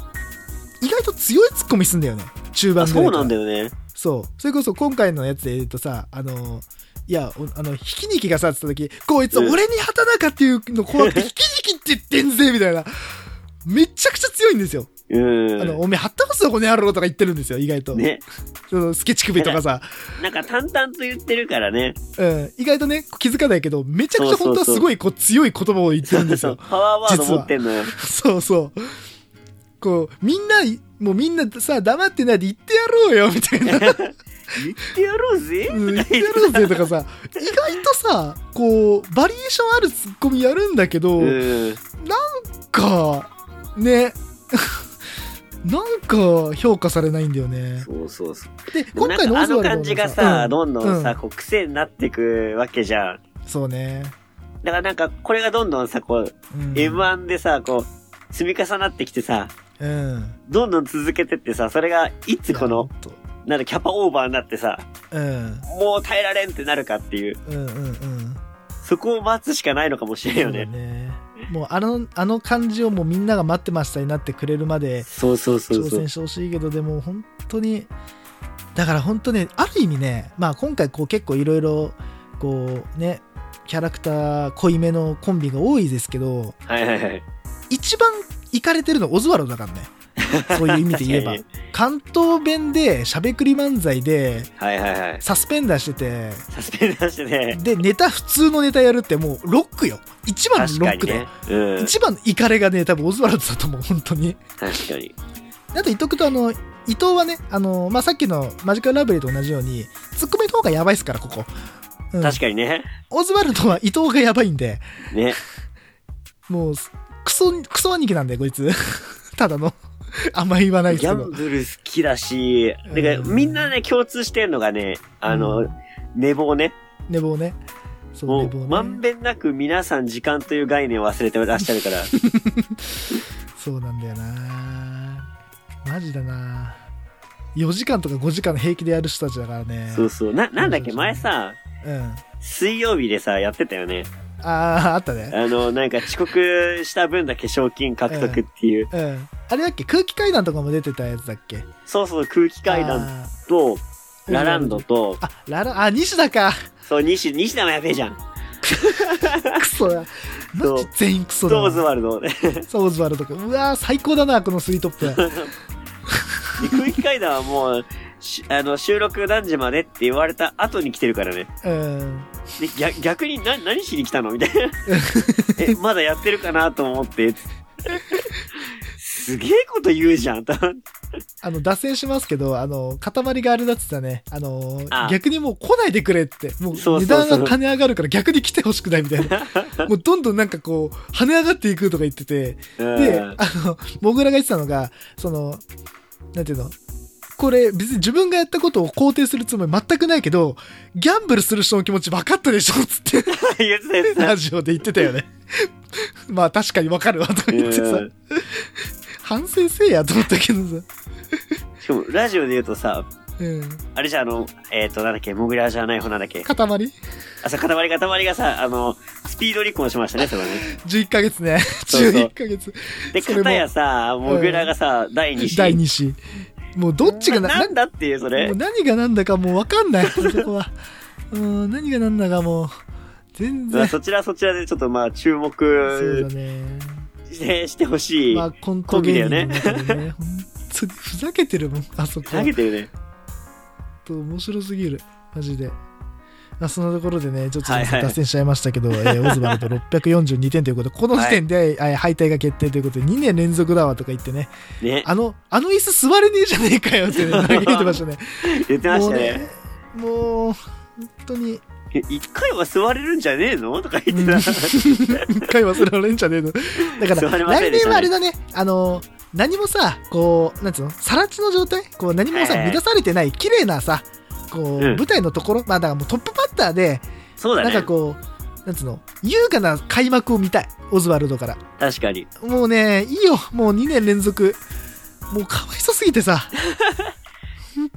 意外と強いツッコミすんだよね中盤あぐらいそかうらなんだよね。そうそれこそ今回のやつで言うとさあのいやおあのひき肉がさっつった時「こいつうん俺に旗なかっていうの怖 くてひき肉って言ってんぜ」みたいなめちゃくちゃ強いんですよ「うん。あのおめえ旗こすぞこの野郎」とか言ってるんですよ意外と、ね。そのスケチ首とかさなんか淡々と言ってるからね。うん、意外とね気づかないけどめちゃくちゃ本当はすごいこう強い言葉を言ってるんですよ。パワーワード持ってんのよ。 そうそうこうみんなもうみんなさ黙ってないで言ってやろうよみたいな、 言ってやろうぜ、うん、言ってやろうぜとかさ意外とさこうバリエーションあるツッコミやるんだけど、うん。かね なんか評価されないんだよねそうそうそう。ででも今なん回のかオあズのワルド感のじがさ、うんどんどんうさ、こう癖になってくわけじゃん。そうね、だからなんか、これがどんどんさ、こう、うん、 M1 でさ、こう、積み重なってきてさ、うんどんどん続けてってさ、それが、いつこの、なんだ、キャパオーバーになってさ、うんもう耐えられんってなるかっていう、うんうんうんそこを待つしかないのかもしれんよね。そうだねもうあのあの感じをもうみんなが待ってましたになってくれるまでそうそうそう挑そう戦。してほしいけどでも本当にだから本当ねある意味ね、まあ、今回こう結構いろいろこうねキャラクター濃いめのコンビが多いですけどはいはいはい。一番いかれてるのはオズワルドだ からねそういう意味で言えば確関東弁でしゃべくり漫才ではいはいはい。サスペンダーしててサスペンダーしてね。でネタ普通のネタやるってもうロックよ一番確ロかッにクだよね。うん。一番イカレがね多分オズワルドだと思う本当に確かに。あと言っとくとあの伊藤はねあの、まあ、さっきのマジカルラブリーと同じようにツッコミの方がやばいですからここ、うん確かにね。オズワルドは伊藤がやばいんでね。もうクソクソ兄貴なんだよこいつ ただのあんまり言わないですギけャどンブル好きだし、だからうんみんなね、共通してんのがね、あうの、寝坊ね。寝坊ねそうも寝う坊、ねまんべんなく皆さん時間という概念を忘れてらっしゃ るから。そうなんだよなマジだな4時間とか5時間平気でやる人たちだからねそうそう。な、なんだっけ、うん前さ、うんあ水曜日でさ、やってたよね。ああったねあの、なんか遅刻した分だけ賞金獲得っていう。うんあれだっけ空気階段とかも出てたやつだっけそうそう、空気階段あーと、ラランドと、あ、ララ、あ、西田 か。そう、西、西田もやべえじゃん。クソだ。マジ全員クソだドな。ーズワルド。 でそうオズワルドか。うわー最高だな、このスイートップ。空気階段はもう、しあの、収録何時までって言われた後に来てるからね。うん。で逆逆にな何しに来たのみたい なえまだやってるかなと思ってすげえこと言うじゃんとあの、脱線しますけど、あの、塊があれだってたね。あのー、あ逆にもう来ないでくれって。もそ値ううそうそう段が跳ね上がるから逆に来てほしくないみたいな。もうどんどんなんかこう、跳ね上がっていくとか言ってて。うんで、あの、モグラが言ってたのが、その、なんていうのこれ別に自分がやったことを肯定するつもり全くないけど、ギャンブルする人の気持ち分かったでしょつって。 言ってた言ってたラジオで言ってたよね。 まあ確かにわかるわとか言ってさう、ん反省せえやと思ったけどさ。しかもラジオで言うとさううん。あれじゃあの、えっ、と、なんだっけ、モグラじゃない方なんだっけ。塊あ、そう、塊塊がさ、あの、スピード離婚しましたね、それはね。 ?11 ヶ月ね。 そうそう11ヶ月。で、それも片やさ、モグラがさ、第2子。第2子。もうどっちがなな、なんだっていう、それもう。何が何だかもう分かんないそこはうん何が何だかもう全まあ然そそちらそちらでちょっとまあ注う目だねしてしてほしい。まあコント芸人の中でねほんとにふざけてるもんあそこ投げてるね。ちょっと面白すぎるマジでまあそんなところでねちょっとはいはい脱線しちゃいましたけど、えーオズバルド642点ということ でこの時点で、えー敗退が決定ということで2年連続だわとか言ってねね。あのあの椅子座れねえじゃねえかよって、ね、投げてましたね 言ってましたね。もうねもう本当にえ一回は座れるんじゃねえのとか言っうてんた。 一回忘れられんじゃねえのだか座れらませ来んでし年たねはあれだねあの何もさこうなんつうのさら地の状態こう何もさはいはい乱されてない綺麗なさこう、うん舞台のところまあだからもうトップバッターで、そうだなんかね。こうなんつうの優雅な開幕を見たいオズワルドから確かに。もうねいいよもう2年連続もうかわいそすぎてさ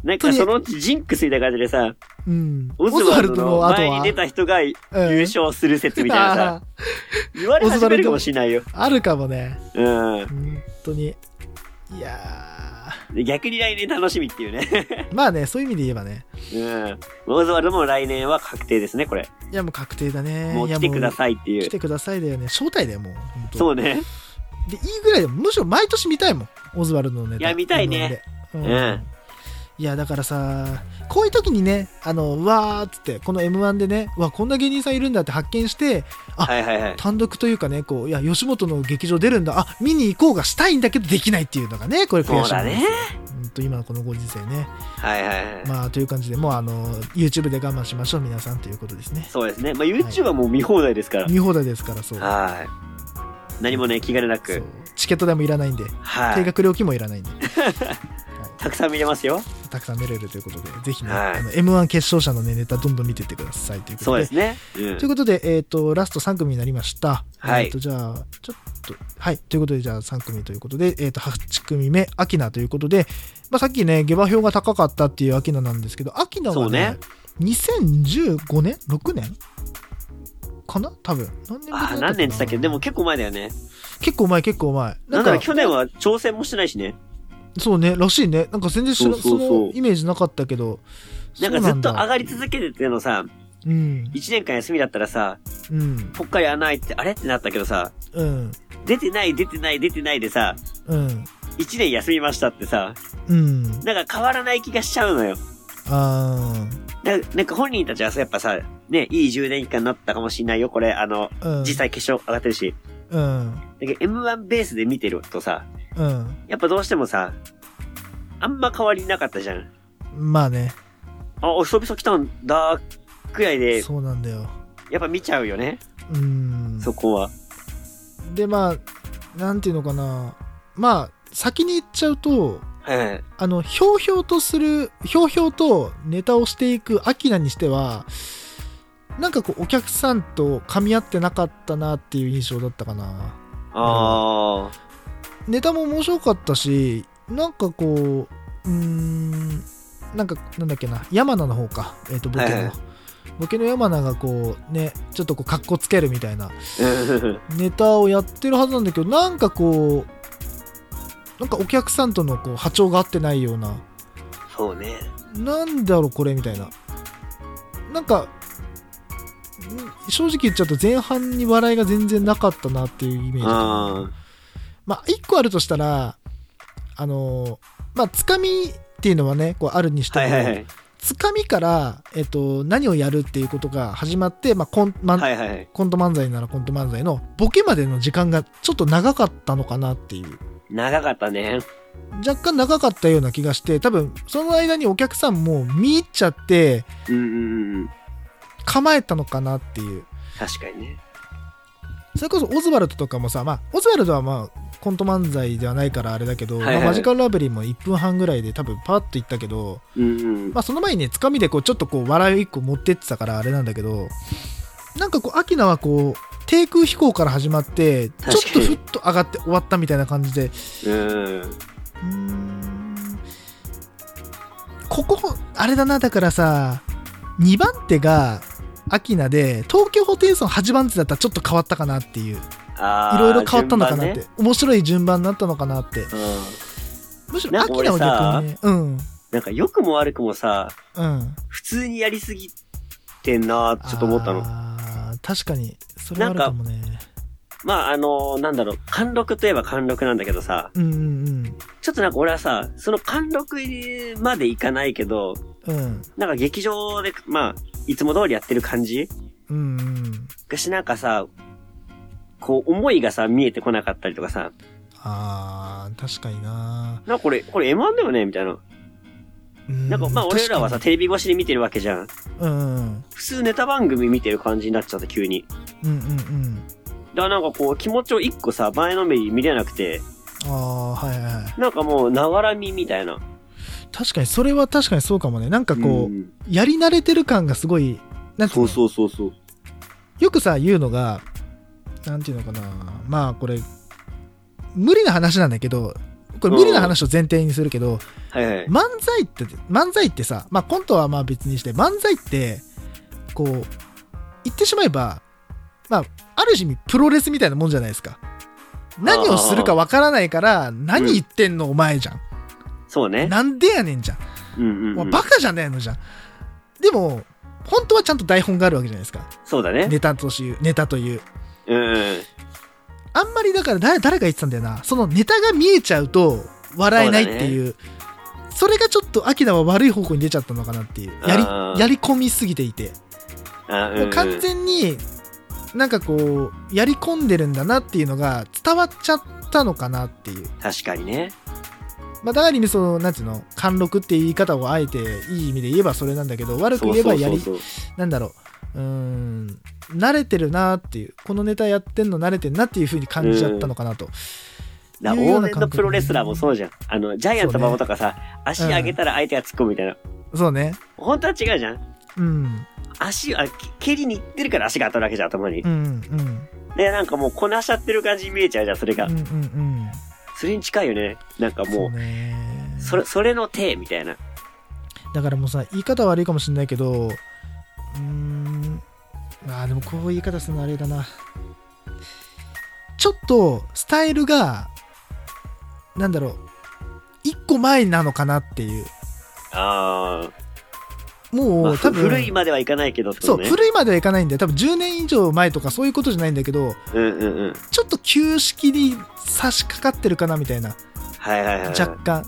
な本ん当かにそのうちジンクスみたいな感じでさ、うんオズワルドのオズ前に出た人が優うん勝する説みたいなあさ、言われ始めるかもしれないよ。ーあるかもねうん。本当にいやで逆に来年楽しみっていうね。ーまあねそういう意味で言えばねうん。オズワルドも来年は確定ですね、これ。いやもう確定だね。もう来てくださいっていいやもうう来。てくださいだよね。招待だよ、もう。本当そうね。で、いいぐらいで、むしろ毎年見たいもん。オズワルドのネタ。いや見たいねうん。うんいや、だからさ、こういう時にね、あの、うわーっつって、この M1 でね、うわ、こんな芸人さんいるんだって発見して、 はいはいはい。単独というかね、こう、いや、吉本の劇場出るんだ、あ、見に行こうがしたいんだけど、できないっていうのがね、これ悔そうしいもだんですねよ。。うんと、今のこのご時世ね。はいはいはい。まあ、という感じで、もう、あの、YouTube で我慢しましょう、皆さんということですね。そうですね。まあ、YouTube はもう見放題ですから。見放題ですから、そう。はい。何もね、気兼ねなそうく。チケット代もいらないんで。は定い。額料金もいらないん で、たくさん見れますよ。たくさん見れるということで、ぜひね、はいあの M1 決勝者の、ね、ネタどんどん見てってくださいというこそうとで。ですね。うんということで、えっ、と、ラスト3組になりました。はいえっ、と、じゃあ、ちょっと、はい。ということで、じゃあ3組ということで、えっ、と、8組目、アキナということで、まあ、さっきね、下馬評が高かったっていうアキナなんですけど、アキナそはうねね、 2015年 ?6 年かな多分。何年ぶりだったあかあ、な何年って言ったっけでも結構前だよね。結構前、結構前。なんだろう、去年は挑戦もしてないしね。そうね、らしいね。なんか全然知らそうそうそうそのイメージなかったけど。なんかずそうなっと上んだがり続けててのさ、うん。 1年間休みだったらさ、うん。ぽっかり穴開いて、あれってなったけどさ、うん。出てない、出てない、出てないでさ、うん。 1年休みましたってさ、うん。なんか変わらない気がしちゃうのよ。あななんか本人たちはさ、やっぱさ、ね、いい10年間になったかもしんないよ、これ。あの、ー。うん。実。際決勝上がってるし。うん。だけど M1 ベースで見てるとさ、うん。やっぱどうしてもさ、あんま変わりなかったじゃん。まあね、あ、おそびそ来たんだ、くらいで、そうなんだよ。やっぱ見ちゃうよね、うん。そこは。で、まあ、なんていうのかな。まあ、先に言っちゃうと、はい。あの、ひょうひょうとする、ひょうひょうとネタをしていくアキナにしては、なんかこう、お客さんと噛み合ってなかったなっていう印象だったかな。あーネタも面白かったしなんかこううーんなんかなんだっけな山名の方かえっ、とボケの、はいはいボケの山名がこうねちょっとこうかっこつけるみたいなうん。ネタをやってるはずなんだけどなんかこうなんかお客さんとのこう波長が合ってないようなそうね。なんだろうこれみたいななんかん正直言っちゃうと前半に笑いが全然なかったなっていうイメージあまあ、一個あるとしたら、あのーまあ、つかみっていうのはね、こうあるにしあ。ても、はいはいはい。つかみから、えっと、何をやるっていうことが始まって、まあ、コン、まはいはいはい。コント漫才ならコント漫才の、ボケまでの時間がちょっと長かったのかなっていう。長かったね。若干長かったような気がして、多分、その間にお客さんも見入っちゃって、うんうんうん。構えたのかなっていう。確かにね。それこそオズワルドとかもさ、まあ、オズワルドはまあ、コント漫才ではないからあれだけど、はいはいまあマジカルラブリーも1分半ぐらいで多分パーッといったけど、うんうん。まあ、その前にねつかみでこうちょっとこう笑いを一個持ってってたからあれなんだけどなんかこうアキナはこう低空飛行から始まってちょかっにとふっと上がって終わったみたいな感じでううん。ーんここ、あれだな、だからさ、2番手が、アキナで、東京ホテイソン8番手だったらちょっと変わったかなっていう。あーいろいろ変わったのかなっ。て、順面白い順番になったのかなって。番ねうん。むしろ、なアんキかナ俺は逆さにね、うん、なんか良くも悪くもさ、うん。普通にやりすぎてんなーちょっと思ったの。あー確かに、それはあるかもね。まあ、あのーなんだろう、貫禄といえば貫禄なんだけどさ、うんうんちょっとなんか俺はさ、その貫禄までいかないけど、うん。うん。なんか劇場で、まあ、いつも通りやってる感じうんうん。がしなんかさ、こう、思いがさ、見えてこなかったりとかさ、あー、確かにな。なんかこれ、これ M1 だよねみたいな。ななんか、まあ俺らはさ、、テレビ越しで見てるわけじゃん。確かにうんうん。普通ネタ番組見てる感じになっちゃった、急に。うんうんうん。だからなんかこう、気持ちを一個さ、前のめりに見れなくて、あー、はいはいはい。なんかもう、ながらみみたいな。確かに、それは確かにそうかもね。なんかこう、んやり慣れてる感がすごい、なんていうそのうそうそうそう。よくさ、言うのが、なんていうのかな。まあこれ、無理な話なんだけど、これ無理な話を前提にするけど、はいはい。漫才って漫才ってさ、まあ、コントはまあ別にして漫才ってこう言ってしまえば、まあ、ある意味プロレスみたいなもんじゃないですか何をするかわからないから何言ってんのお前じゃん、そうね。なんでやねんじゃん、うんうん、まうあん。バカじゃないのじゃんでも本当はちゃんと台本があるわけじゃないですかそうだね。ネタというネタといううんうん。あんまりだから誰誰が言ってたんだよなそのネタが見えちゃうと笑えないっていうそれがちょっとアキナは悪い方向に出ちゃったのかなっていうやりあーやり込みすぎていて、あうんうん、完全になんかこうやり込んでるんだなっていうのが伝わっちゃったのかなっていう、確かにね。まあ、だからそのなんていうの貫禄っていう言い方をあえていい意味で言えばそれなんだけど悪く言えばやりそうそうなんだろううーん慣れてるなっていうこのネタやってんの慣れてんなっていうふうに感じちゃったのかなと、だいうよう往な感覚年のプロレスラーもそうじゃん。あの、ジャイアント馬場とかさ、足上げたら相手が突っ込むみたいな。そうね本当は違うじゃん。うん足、あ、け蹴りに行ってるから足が当たるわけじゃん、頭にう。んうんで、なんかもうこなしちゃってる感じに見えちゃうじゃん、それがうんう。んうんそれに近いよね。なんかそもうう、ねそれ、それの手、みたいな。だからもうさ言い方は悪いかもしれないけどうーんあーでもこういう言い方するのあれだなちょっとスタイルがなんだろう一個前なのかなっていうああ、もう、まあ、多分古いまではいかないけどってこそとう、ね。古いまではいかないんだよ多分10年以上前とかそういうことじゃないんだけどうんうんうん。ちょっと旧式に差し掛かってるかなみたいなはいはいはい。若干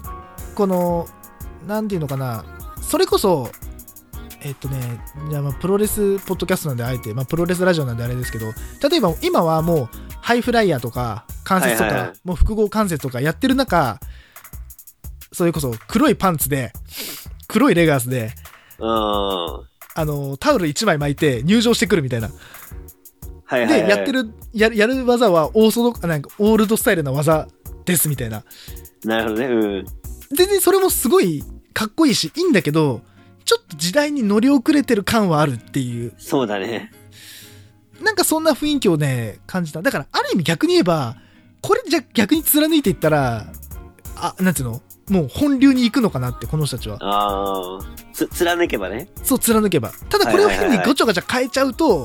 この何ていうのかなそれこそえっとねじゃあまあプロレスポッドキャストなんであえて、まあ、プロレスラジオなんであれですけど例えば今はもうハイフライヤーとか関節とか、はいはいはいもう複合関節とかやってる中それこそ黒いパンツで黒いレガースでうん。はあのタオル1枚巻いて入場してくるみたいな。いはい、はい。で、やって。るやる、やる技はオーソドあなんかオールドスタイルな技ですみたいな。なるほどね。うん。全然それもすごいかっこいいしいいんだけどちょっと時代に乗り遅れてる感はあるっていうそうだね。なんかそんな雰囲気をね感じただからある意味逆に言えばこれじゃ逆に貫いていったらあなんていうのもう本流に行くのかなってこの人たちはああ。つ、貫けばね。そう貫けばただこれをはいは変いはいはいにごちゃごちゃ変えちゃうと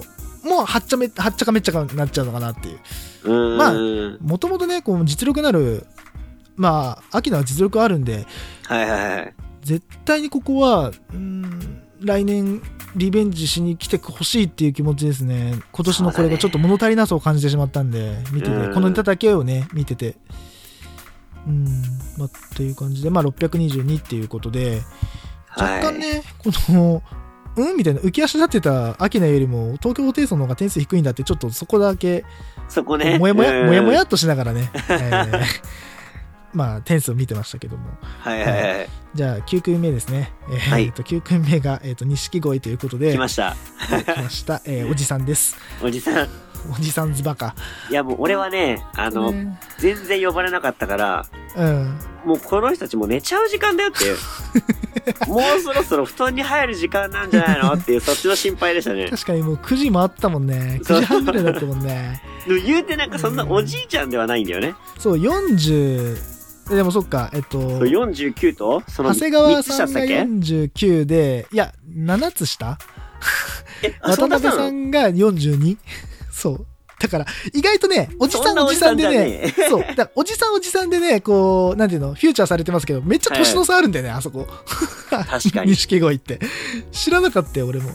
もうはっちゃめはっちゃかめっちゃかになっちゃうのかなっていううーん。まあはいもともとねこう実力のあるまあ秋菜は実力あるんではいはい。絶対にここはうーん来年リベンジしに来てほしいっていう気持ちですね今年のこれがちょっと物足りなさを感じてしまったんで見てて、うんこのネタだけをね見ててうんまあっていう感じでまあ622っていうことではい若干ね、このうんみたいな浮き足立ってたアキナよりも東京ホテイソンの方が点数低いんだってちょっとそこだけそこね。もやもうやんもやもや。っとしながらね、えー まあ点数を見てましたけどもはいはいはい。じゃあ9組目ですね。えーはいえーと9組目が、えー、と錦鯉ということで来ました。はい来ました、えーおじさんです。おじさん。おじさんズバカ。いやもう俺はね、あの、ね全然呼ばれなかったから、うん、もうこの人たちもう寝ちゃう時間だよっていう。 もうそろそろ布団に入る時間なんじゃないのっていう、そっちの心配でしたね。確かにもう9時もあったもんね。9時半ぐらいだったもんね。でも言うてなんかそんなおじいちゃんではないんだよね。そう、40えでもそっか、えっと、そう49と、その長谷3川つさ下だっんたがっけ49で、いや、7つ下え、あ渡そんな辺ささんんが 42? そう。だから、意外とね、おじそさんんなおおじじささんんじでゃね、ねそう。だからおじさんおじさんでね、こう、なんていうの、フューチャーされてますけど、めっちゃ年の差あるんだよね、あそこ。え。確かに。錦鯉って。知らなかったよ、俺も。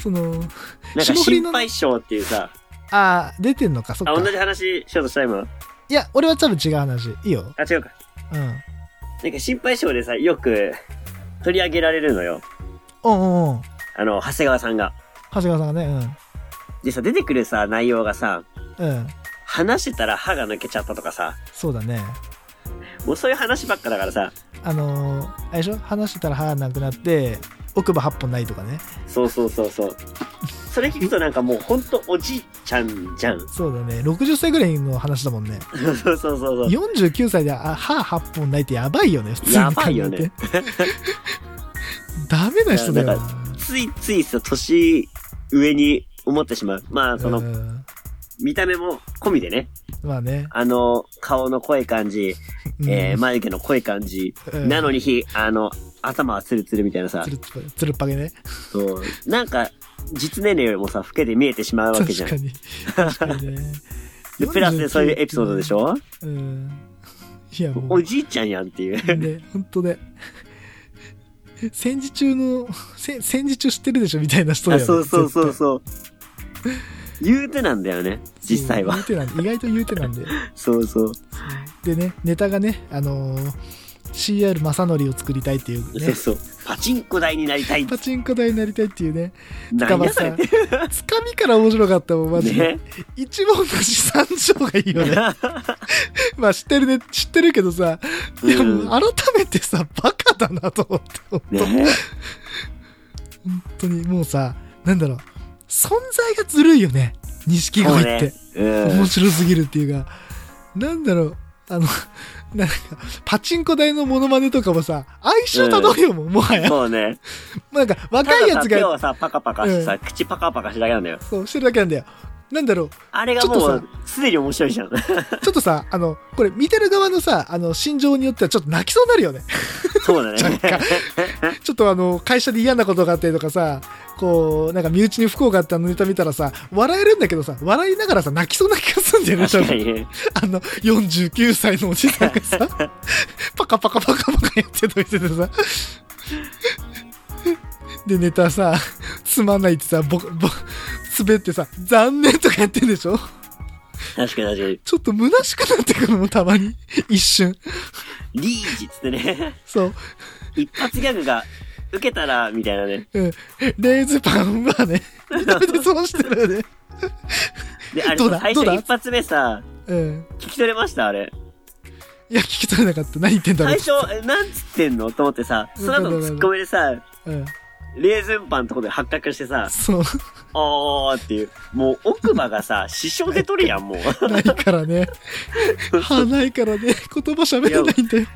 その、なんか霜降りの心配性っていうさ、あー出てんのか、そっあ、同か。じ話しようとした今。いや、俺は多分違う話。いいよ。あ、違うか。うん。なんか心配性でさ、よく取り上げられるのよ。おうんうんうん。あの、長谷川さんが。長谷川さんがね、でさ、出てくるさ、内容がさ、うん。うん。話してたら歯が抜けちゃったとかさ、そうだね。もうそういう話ばっかだからさ、あのー、あれでしょ話してたら歯なくなって、奥歯8本ないとかね。そうそうそうそう。それ聞くとなんかもうほんとおじいちゃんじゃん。 そうだね。60歳ぐらいの話だもんね。そうそうそうそう。 49歳であ歯8本ないってやばいよね、普通に考えてやばいよね。 ダメな人だよいやな。ついついさ、年上に思ってしまう。まあ、そうの、ん見た目も込みでね。まあね。あの、顔の濃い感じ、えー、眉毛の濃い感じ。なのに。にひ、あの、頭はツルツルみたいなさつ、るっぱつるっぱげね。そう。なんか、実年齢よりもさ、老けて見えてしまうわけ確じゃんか。に。確かにね。でプラスでそういうエピソードでしょうん。いや、もおう、じいちゃんやんっていう。ね、ほんとね。戦時中の、せ戦時中知ってるでしょみたいな人だあよね。 そうそうそう絶対そう。言うてなんだよね、実際は言。うてなんで意外と言うてなんで。そうそう。でね、ネタがね、あのー CR 正則を作りたいっていうそうね、そう。パチンコ台になり たい。パチンコ台になりたいっていうね、なんやそれさっ、つかみから面白かったもん、マて。ジで。ね。一番の資産上がいい よね。 まあ知ってるね、知ってるけどさ、いやうんもう改めてさ、バカだなと思って、本当ね本当に、もうさ、なんだろう、存在がずるいよね、錦鯉って。そうねうん面白すぎるっていうか、なんだろう、あの、なんか、パチンコ台のモノマネとかもさ、哀愁たどるよもん、もはや。そうね。なんか、た若いだやさ、つ手が、をさ、パカパカしてさ、口パカパカしてるだけなんだよ。そう、してるだけなんだよ。なんだろう、あれがちもょっう、すでに面白いじゃん。ちょっとさ、あの、これ、見てる側のさ、あの、心情によっては、ちょっと泣きそうになるよね。そうだね。ちょっとあの、会社で嫌なことがあったりとかさ、こう、なんか、身内に不幸があったネタ見たらさ、笑えるんだけどさ、笑いながらさ、泣きそうな気がするんだよね、ちょ確っとかに。あの、49歳のおじさんがさ、 パカパカパカパカやってたりしててさ、で、ネタさ、つまんないってさ、ぼ、ぼ、滑ってさ、残念とかやってんでしょ確かに確かに。ちょっと虚しくなってくるの、たまに。一瞬。リーチっつってね。そう。一発ギャグが、受けたら、みたいなね。うん。レーズパンは ね、見た目でそうしてるよね。で、あれどうださ、最どう初だ一発目さ、うん。聞き取れましたあれ。いや、聞き取れなかった。何言ってんだろう最。初、えなんつってんのと思ってさ、その後のツッコミでさ、うん。レーズンパンのとこで発覚してさ、そう。おーっていう、もう奥歯がさ、支障で取るやん、もう。ないからね。歯ないからね。言葉喋れないんだよ。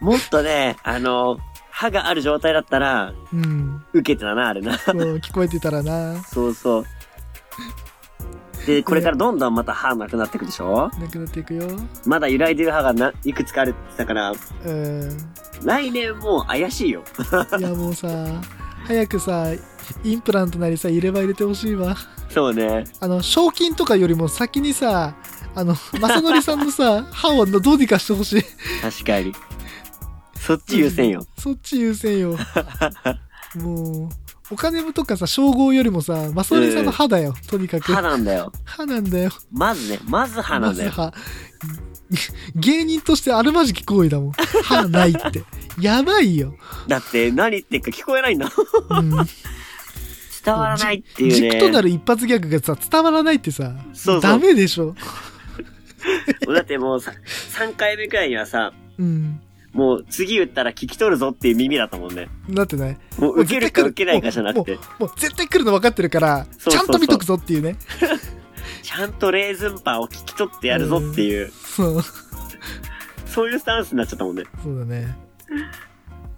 もっとね、あの、歯がある状態だったら、うん。受けてたな、あれな。そう聞こえてたらな。そうそう。で、これからどんどんまた歯なくなってくでしょなくなっていくよ。まだ揺らいでる歯がないくつかあるって言ってたから、うん。来年もう怪しいよ。いやもうさ、早くさ、インプラントなりさ、入れ歯入れてほしいわ。そうね。あの、賞金とかよりも先にさ、あの、正則さんの さ、歯をどうにかしてほしい。確かに。そっち優先よ。そっち優先よ。もう、お金とかさ、称号よりもさ、正則さんの歯だよ、とにかく歯。なんだよ。歯なんだよ。まずね、まず歯なんだよまず。歯。芸人としてあるまじき行為だもん。歯ない って。やばいよ。だって、何言ってんか聞こえないんだもん。うん。伝わらないっていうね。軸となる一発ギャグがさ伝わらないってさそうそうダメでしょだってもうさ、3回目くらいにはさ、うんもう次打ったら聞き取るぞっていう耳だったもんね。なってないもう受けるかもう受けないかじゃなくもて、うもう絶対来るの分かってるからそうそうそうちゃんと見とくぞっていうねちゃんとレーズンパンを聞き取ってやるぞっていう、そうそういうスタンスになっちゃったもんね。そうだね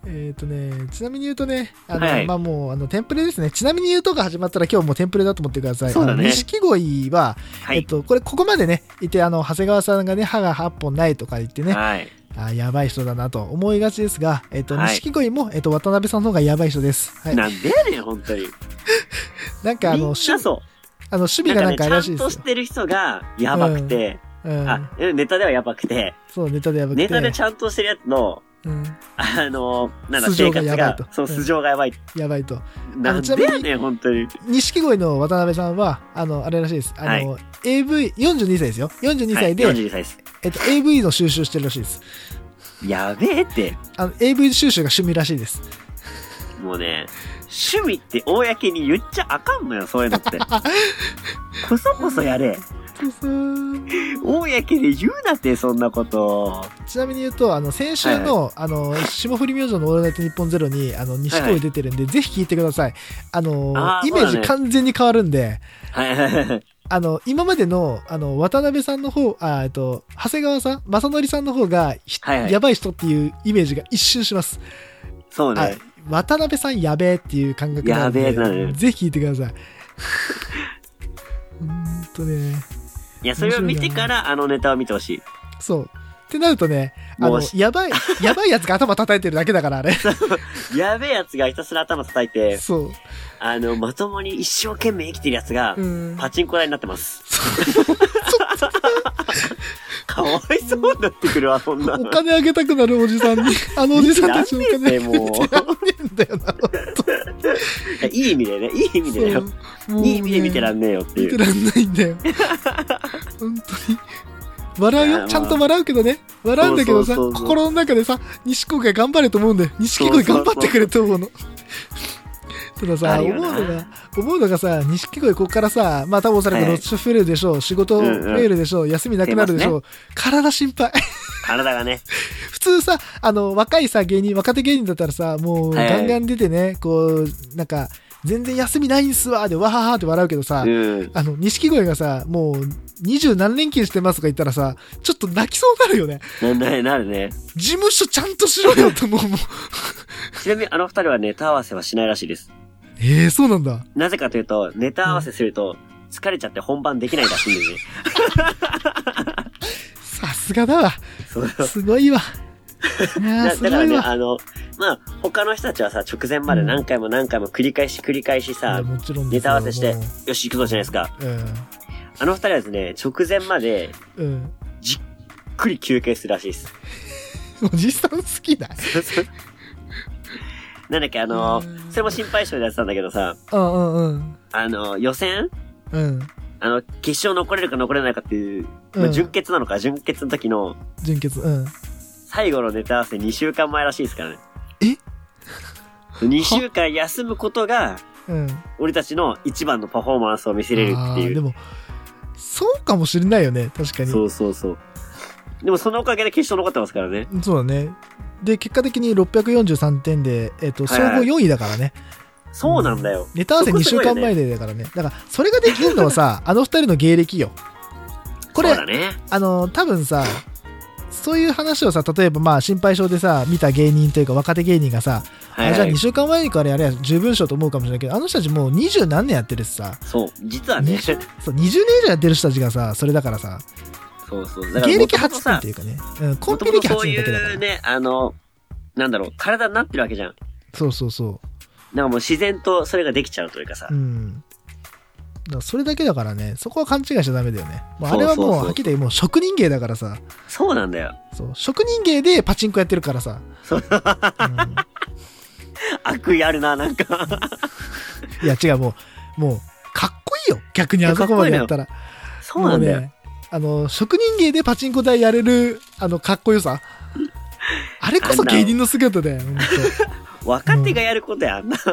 えっ、とね、ちなみに言うとね、あの、はいまあもう、あの、テンプレですね。ちなみに言うとが始まったら今日もうテンプレだと思ってください。そうだねあの錦鯉は、はえっい。と、これ、ここまでね、いて、あの、長谷川さんがね、歯が8本ないとか言ってね、はい。あやばい人だなと思いがちですが、えっと、はい錦鯉も、えっと、渡辺さんの方がやばい人です。はい。ななんでやねん、本当に。んか、あみんの、な趣そあの趣う。味ながんかなんね、かあちれゃらしいんでとすしよ。てる人がやばくて、うんあ、、ネタではやばくて、そう、ネタでやばくて。ネタでちゃんとしてるやつの、うん、あの、なんだ、素生性が活やばいがと、そう、素性がやばい。やばいと。なんでやねん、本当に。錦鯉の渡辺さんは、あの、あれらしいです。あの、AV42 歳ですよ。42歳で、はい、42歳です。えっと、AV の収集してるらしいです。やべえって、あの、AV 収集が趣味らしいです。もうね、趣味って公に言っちゃあかんのよ、そういうの って。こそこそやれ。公で言うなって、そんなこと。ちなみに言うと、あの、先週の、あの、霜降り明星のオールナイトニッポンゼロに、あの、錦はいは鯉い出てるんで、ぜひ聞いてください。あの、あーイメーそうジだね完全に変わるんで、はいはいはい はい。あの、今までの、あの、渡辺さんの方、あえっと、長谷川さん、正則さんの方が、ひはいはいやばい人っていうイメージが一瞬します。そうあね。渡辺さんやべえっていう感覚なんでやべえなるぜひ聞いてくだ さい。うーんとね、いや、それを見てから、あのネタを見てほしい。そう。ってなるとね、あものうし、やばい、やばいやつが頭叩いてるだけだから、あれ。やべえやつがひたすら頭叩 いて、そあの、まともに一生懸命生きてるやつがう。う、ん。パチンコ台になっ てます。かわいそうになってくるわ、そんなお。金あげたくなるおじさん に、あのおじさんたちのお金あげて なんでだよもうなんねえんだよな。いやいい意味でね、いい意味でだよ。そうもうねいい意味で見てらんねえよってい見てう。らんないんだよ本当に笑ういやまよあちゃんと笑うけどね笑うんだけどさそうそうそうそう心の中でさ錦鯉が頑張れと思うんだよ錦鯉頑張ってくれと思うのただあさる思うよなのが思うのがさ錦鯉ここからさまあ多分おそらくはいロッチ増えるでしょう仕事増えるでしょう休みなくなるでしょう体心配体がね。普通さあの若いさ芸人若手芸人だったらさもうはいガンガン出てねこうなんか全然休みないんすわーでわははーって笑うけどさ、うん。あの、錦鯉がさ、もう、二十何連勤してますとか言ったらさ、ちょっと泣きそうになるよね。な、な、なるね。事務所ちゃんとしろよと思う、もう。 ちなみにあの二人はネタ合わせはしないらしいです。ええそうなんだ。なぜかというと、ネタ合わせすると、疲れちゃって本番できないらしいんですね。さすがだわ。 そう。すご いわ。いやーだすだかごらいね、わ。あの、まあ、他の人たちはさ、直前まで何回も何回も繰り返し繰り返しいやさ、もちろんネタ合わせしても、よし、行くぞじゃないですか。うあの二人はですね、直前まで、うん。うん。じっくり休憩するらしいです。 おじさん好きだ。そうそうなんだっけ、あの、それも心配性でやってたんだけどさ、うんうんうん。あの、予選うん。あの、決勝残れるか残れないかっていう、まうあん、準決なのか、準決の時の、純潔。うん。最後のネタ合わせ2週間前らしいですからね。え ?2 週間休むことが、うん。俺たちの一番のパフォーマンスを見せれるあってーいでう。も、そうかもしれないよね。確かに。そうそうそう。でもそのおかげで決勝残ってますからね。そうだね。で、結果的に643点で、えっ、と、は総いはい合4位だからね。そうなんだよ。ネタ合わせそ2こす週ごい間よね前でだからね。だから、それができるのは さ、あの二人の芸歴よ。これ、そうだね。あの、多分さ、そういう話をさ、例えばまあ、心配性でさ、見た芸人というか若手芸人がさ、はい、はい。あじゃあ2週間前からやれば十分しようと思うかもしれないけど、あの人たちもう二十何年やってるしさ、そう。実は20ね。そう20年以上やってる人たちがさ、それだからさ、そうそう。だから芸歴元々8年さっていうかね、うん、コンもビとも歴8とそう年だけだかいうら。ね、あの、なんだろう、体になってるわけじゃん。そうそうそなんかもう自然とそれができちゃうというかさう。う。ん。だからそれだけだからね、そこは勘違いしちゃダメだよね。もうあれはそうそうもそうう、はっきり言ってもう職人芸だからさ。そうなんだよ。そう職人芸でパチンコやってるからさ、そううん悪意あるな、なんか。いや違うもうもうかっこいいよ逆にあそこまでやったらそうなんだもよ。ねあの職人芸でパチンコ台やれるあのかっこよさあれこそ芸人の姿だよほんと若手がやることや、あんな。そ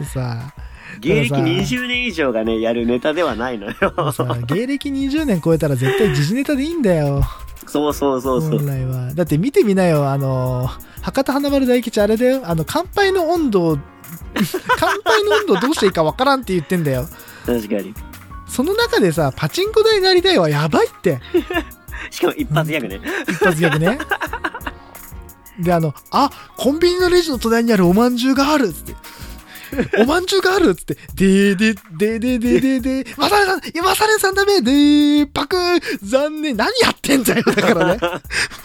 う さ芸歴たださ20年以上がね、やるネタではないのよ。 もうさ芸歴20年超えたら絶対時事ネタでいいんだよそうそうそうそう。本来はだって見てみなよあの博多華丸大吉あれだよあの乾杯の温度を 乾杯の温度どうしていいかわからんって言ってんだよ確かに。その中でさ、パチンコ台になりたいはやばいって。しかも一発ギャグね。一発ギャグね。で、あの、あ、コンビニのレジの隣にあるおまんじゅうがあるっつって。おまんじゅうがあるっつって、でーで、でーでーでーでーでー、まされさん、いや、まされさんダメでー、パクー、残念、何やってんだよ、だからね。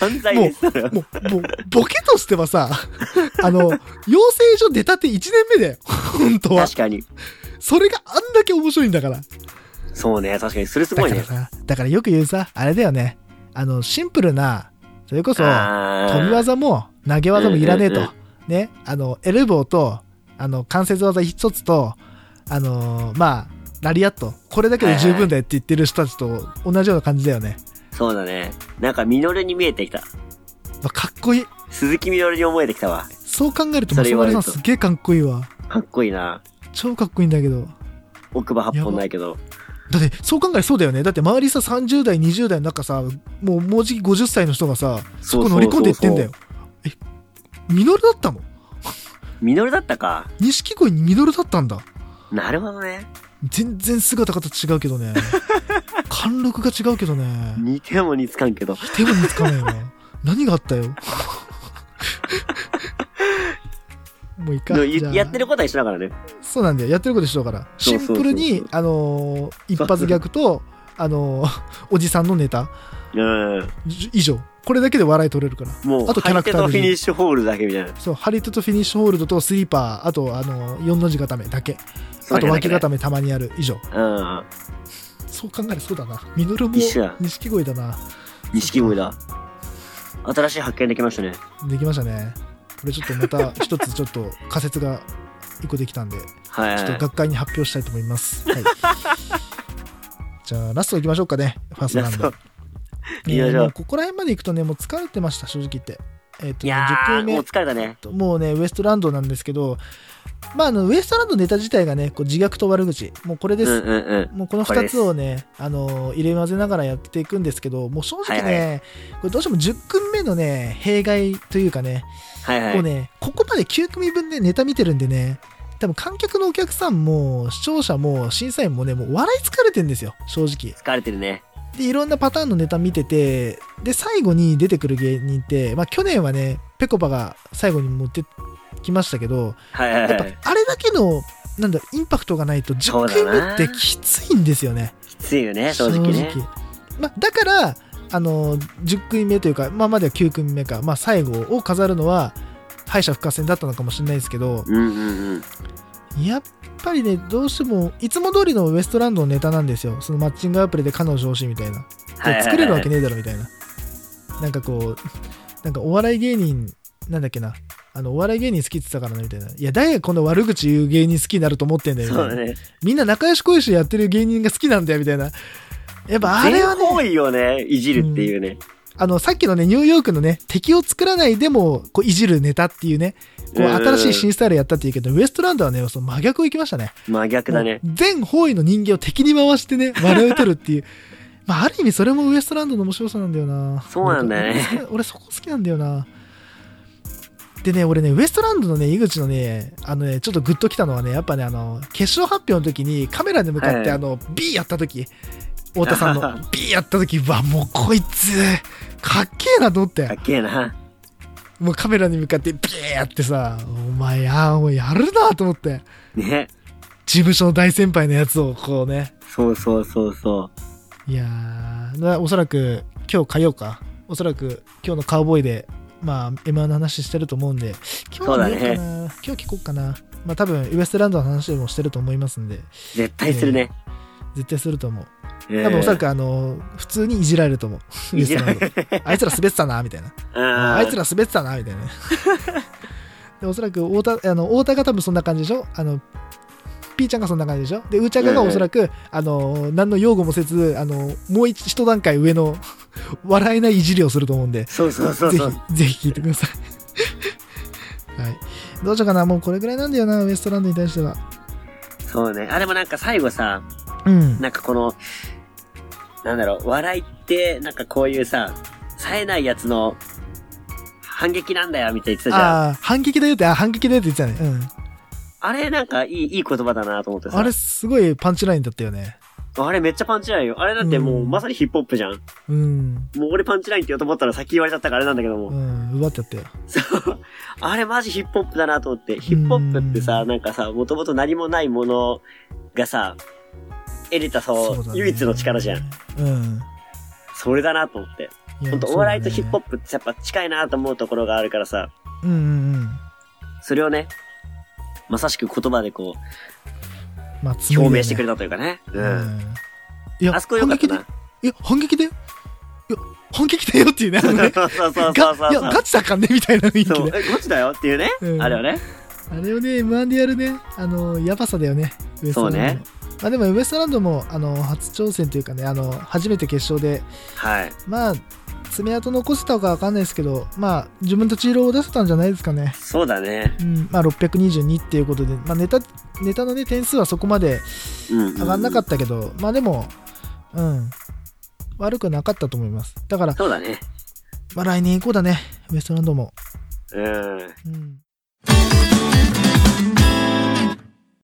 犯罪です。それはもう、もう、ボケとしてはさ、あの、養成所出たて1年目だよ、本当は。確かに。それがあんだけ面白いんだから。そうね、確かに。それすだごかいらね。さ、だからよく言うさ、あれだよね。あの、シンプルな、それこそ、あー飛び技も投げ技もいらねえと、うんうんねあのエルボーとあの関節技一つとあのーまあラリアットこれだけで十分だよって言ってる人たちと同じような感じだよね、そうだね。なんか、ミノルに見えてきた。まあかっこいい鈴木みのるに思えてきたわ。そう考えるとそマスれ言マわれルるさとんすげえかっこいいわかっこいいな。超かっこいいんだけど奥歯8本ないけど。だってそう考えるとそうだよねだって周りさ30代20代の中さもうもうじき50歳の人がさそそこうそ乗うりそ込うんでいってんだよえミノルだったのミノルだったか。錦鯉にミノルだったんだなるほどね。全然姿形違うけ どね貫禄が違うけどね似ても似つかんけど。手も見つかないわ何があ ったよもういいかでもじゃあいやってることは一緒だからね。そうなんだよやってること一緒だからそシうンそうそうそうプルにあのー一発ギャグとあのーおじさんのネタうん。じ以上これだけで笑い取れるからもう、あとキャラク張り手ターとのフィニッシュホールだけみたいな。そうハリトとフィニッシュホールドとスリーパーあとあのー4の字固めだけそあうとだ脇けだ固めたまにある以上うん。そう考えるとそうだなミノルも一緒や錦鯉だな錦鯉だ。新しい発見できましたね。できましたねこれちょっとまた 一つちょっと仮説が一個できたんではいちょっとはい。学会に発表したいと思います。はい、 じゃあ、ラストいきましょうかね、ファーストラウンド。いやそう行きましょうねもうここら辺まで行くとね、もう疲れてました、正直言って。えっ、とね、いや10ー、球もう目疲れたね。と、もうね、ウエストランドなんですけど、まあ、あのウエストランドネタ自体がね、こう自虐と悪口、もうこれうでんす。うんうん。もうこのこれ2ですつをね、あのー入れ混ぜながらやっていくんですけど、もう正直ね、はいこれどうしても10組目のね、弊害というかね、はいはこうい。ね、ここまで9組分でネタ見てるんでね、多分観客のお客さんも視聴者も審査員もね、もう笑い疲れてんですよ、正直。疲れてるね。で、いろんなパターンのネタ見てて、で、最後に出てくる芸人って、まあ去年はね、ぺこぱが最後に持ってきましたけど、はいはやっいぱはい。あれだけの、なんだろう、インパクトがないとそ10うだ回な目ってきついんですよね。きついよね、正直ね。まあ、だから、あの10組目というか、まあ、までは9組目か、まあ、最後を飾るのは敗者復活戦だったのかもしれないですけどうんうんうん。やっぱりねどうしてもいつも通りのウエストランドのネタなんですよそのマッチングアプリで彼女欲しいみたいなはいはいはい作れるわけねえだろみたいななんかこうなんかお笑い芸人なんだっけなあのお笑い芸人好きって言ってたからなみたいないや誰がこの悪口言う芸人好きになると思ってんだよみたそいうな、だね。みんな仲良し恋しやってる芸人が好きなんだよみたいなやっぱあれはね全方位をね、いじるっていうね。あの、さっきのね、ニューヨークのね、敵を作らないでも、こう、いじるネタっていうね、こう、うん新しい新スタイルやったっていうけど、ウエストランドはね、その真逆を行きましたね。真逆だね。もう全方位の人間を敵に回してね、笑いを取るっていう。 まあ、ある意味それもウエストランドの面白さなんだよな。そうなんだよね俺。俺そこ好きなんだよな。でね、俺ね、ウエストランドのね、井口のね、あのね、ちょっとグッときたのはね、やっぱね、あの、決勝発表の時にカメラに向かっはて、いあの、B やった時、太田さんの B やった時、うわ、もうこいつ、かっけえなと思っかてっ、けえな。もうカメラに向かって、ビーやってさ、お前、ああ、もうやるなと思って、ね。事務所の大先輩のやつをこうね、そうそうそうそいやーなおそらく今日火曜かおそらく今日のカウボーイでまあ M1 の話してると思うんで今日そうだはね見ようかな、今日聞こうかなまあ多分ウエストランドの話もしてると思いますんでう。絶対するね。絶対すると思う多多分おそらくあの普通にいじられると思うウエいスじトらラれンドあいつら滑ってたなみたいなああいつら滑ってたなみ たいなでおそらく太田あの太田が多分そんな感じでしょあのピーちゃんがそんな感じでしょでうーちゃんがおそらく、あの何の擁護もせずあのもう一一段階上の 笑えないいじりをすると思うんでそうそうそうそう。ぜひぜひ聞いてください はいどうしようかなもうこれぐらいなんだよなウエストランドに対してはそうね。あ、でもなんか最後さ、うんなんかこの、なんだろう、笑いって、なんかこういうさ、冴えないやつの反撃なんだよ、みたいな言ってたじゃん。あああ反撃だよってあ反撃だよって言ってたねれなんかいい、いい言葉だなと思ってうんさ。あれすごいパンチラインだったよねあれめっちゃパンチラインよ。あれだってもううんまさにヒップホップじゃん。うん、もう俺パンチラインって言おうと思ったら先言われちゃったからあれなんだけども。うん、奪っちゃったよ。そう。あれマジヒップホップだなと思って。ヒップホップってさ、うんなんかさ、もともと何もないものがさ、得れたさ、そうだね唯一の力じゃん。。うん。それだなと思って。いやほんと、お笑いとヒップホップってやっぱ近いなと思うところがあるからさ、そうだねうんうんうん。それをね、まさしく言葉でこう、まあ、表明してくれた。たというかね。う。うんん。いや、あそこ良かった反な。撃で。いや、反撃で。いや、反撃だよっていうね。あ そのうねそうそうそうそがうそう。いや、ガチだかんねみたいな雰囲気そう、で。え、ゴチだよっていうね。うんあれはね。あれをね、M1 でやるね、あの、やばさだよね、ウエストランドのそうね。まあでも、ウエストランドも、あの、初挑戦というかね、あの、初めて決勝で、はい。まあ、爪痕残せたかわかんないですけど、まあ、自分たち色を出せたんじゃないですかね。そうだね。うん、まあ、622っていうことで、まあ、ネタ、ネタのね、点数はそこまでうん。。上がんなかったたけど、まあでも、うん、悪くなかったと思います。だから、そうだね。まあ来年以降だね、ウエストランドも。うん。うん。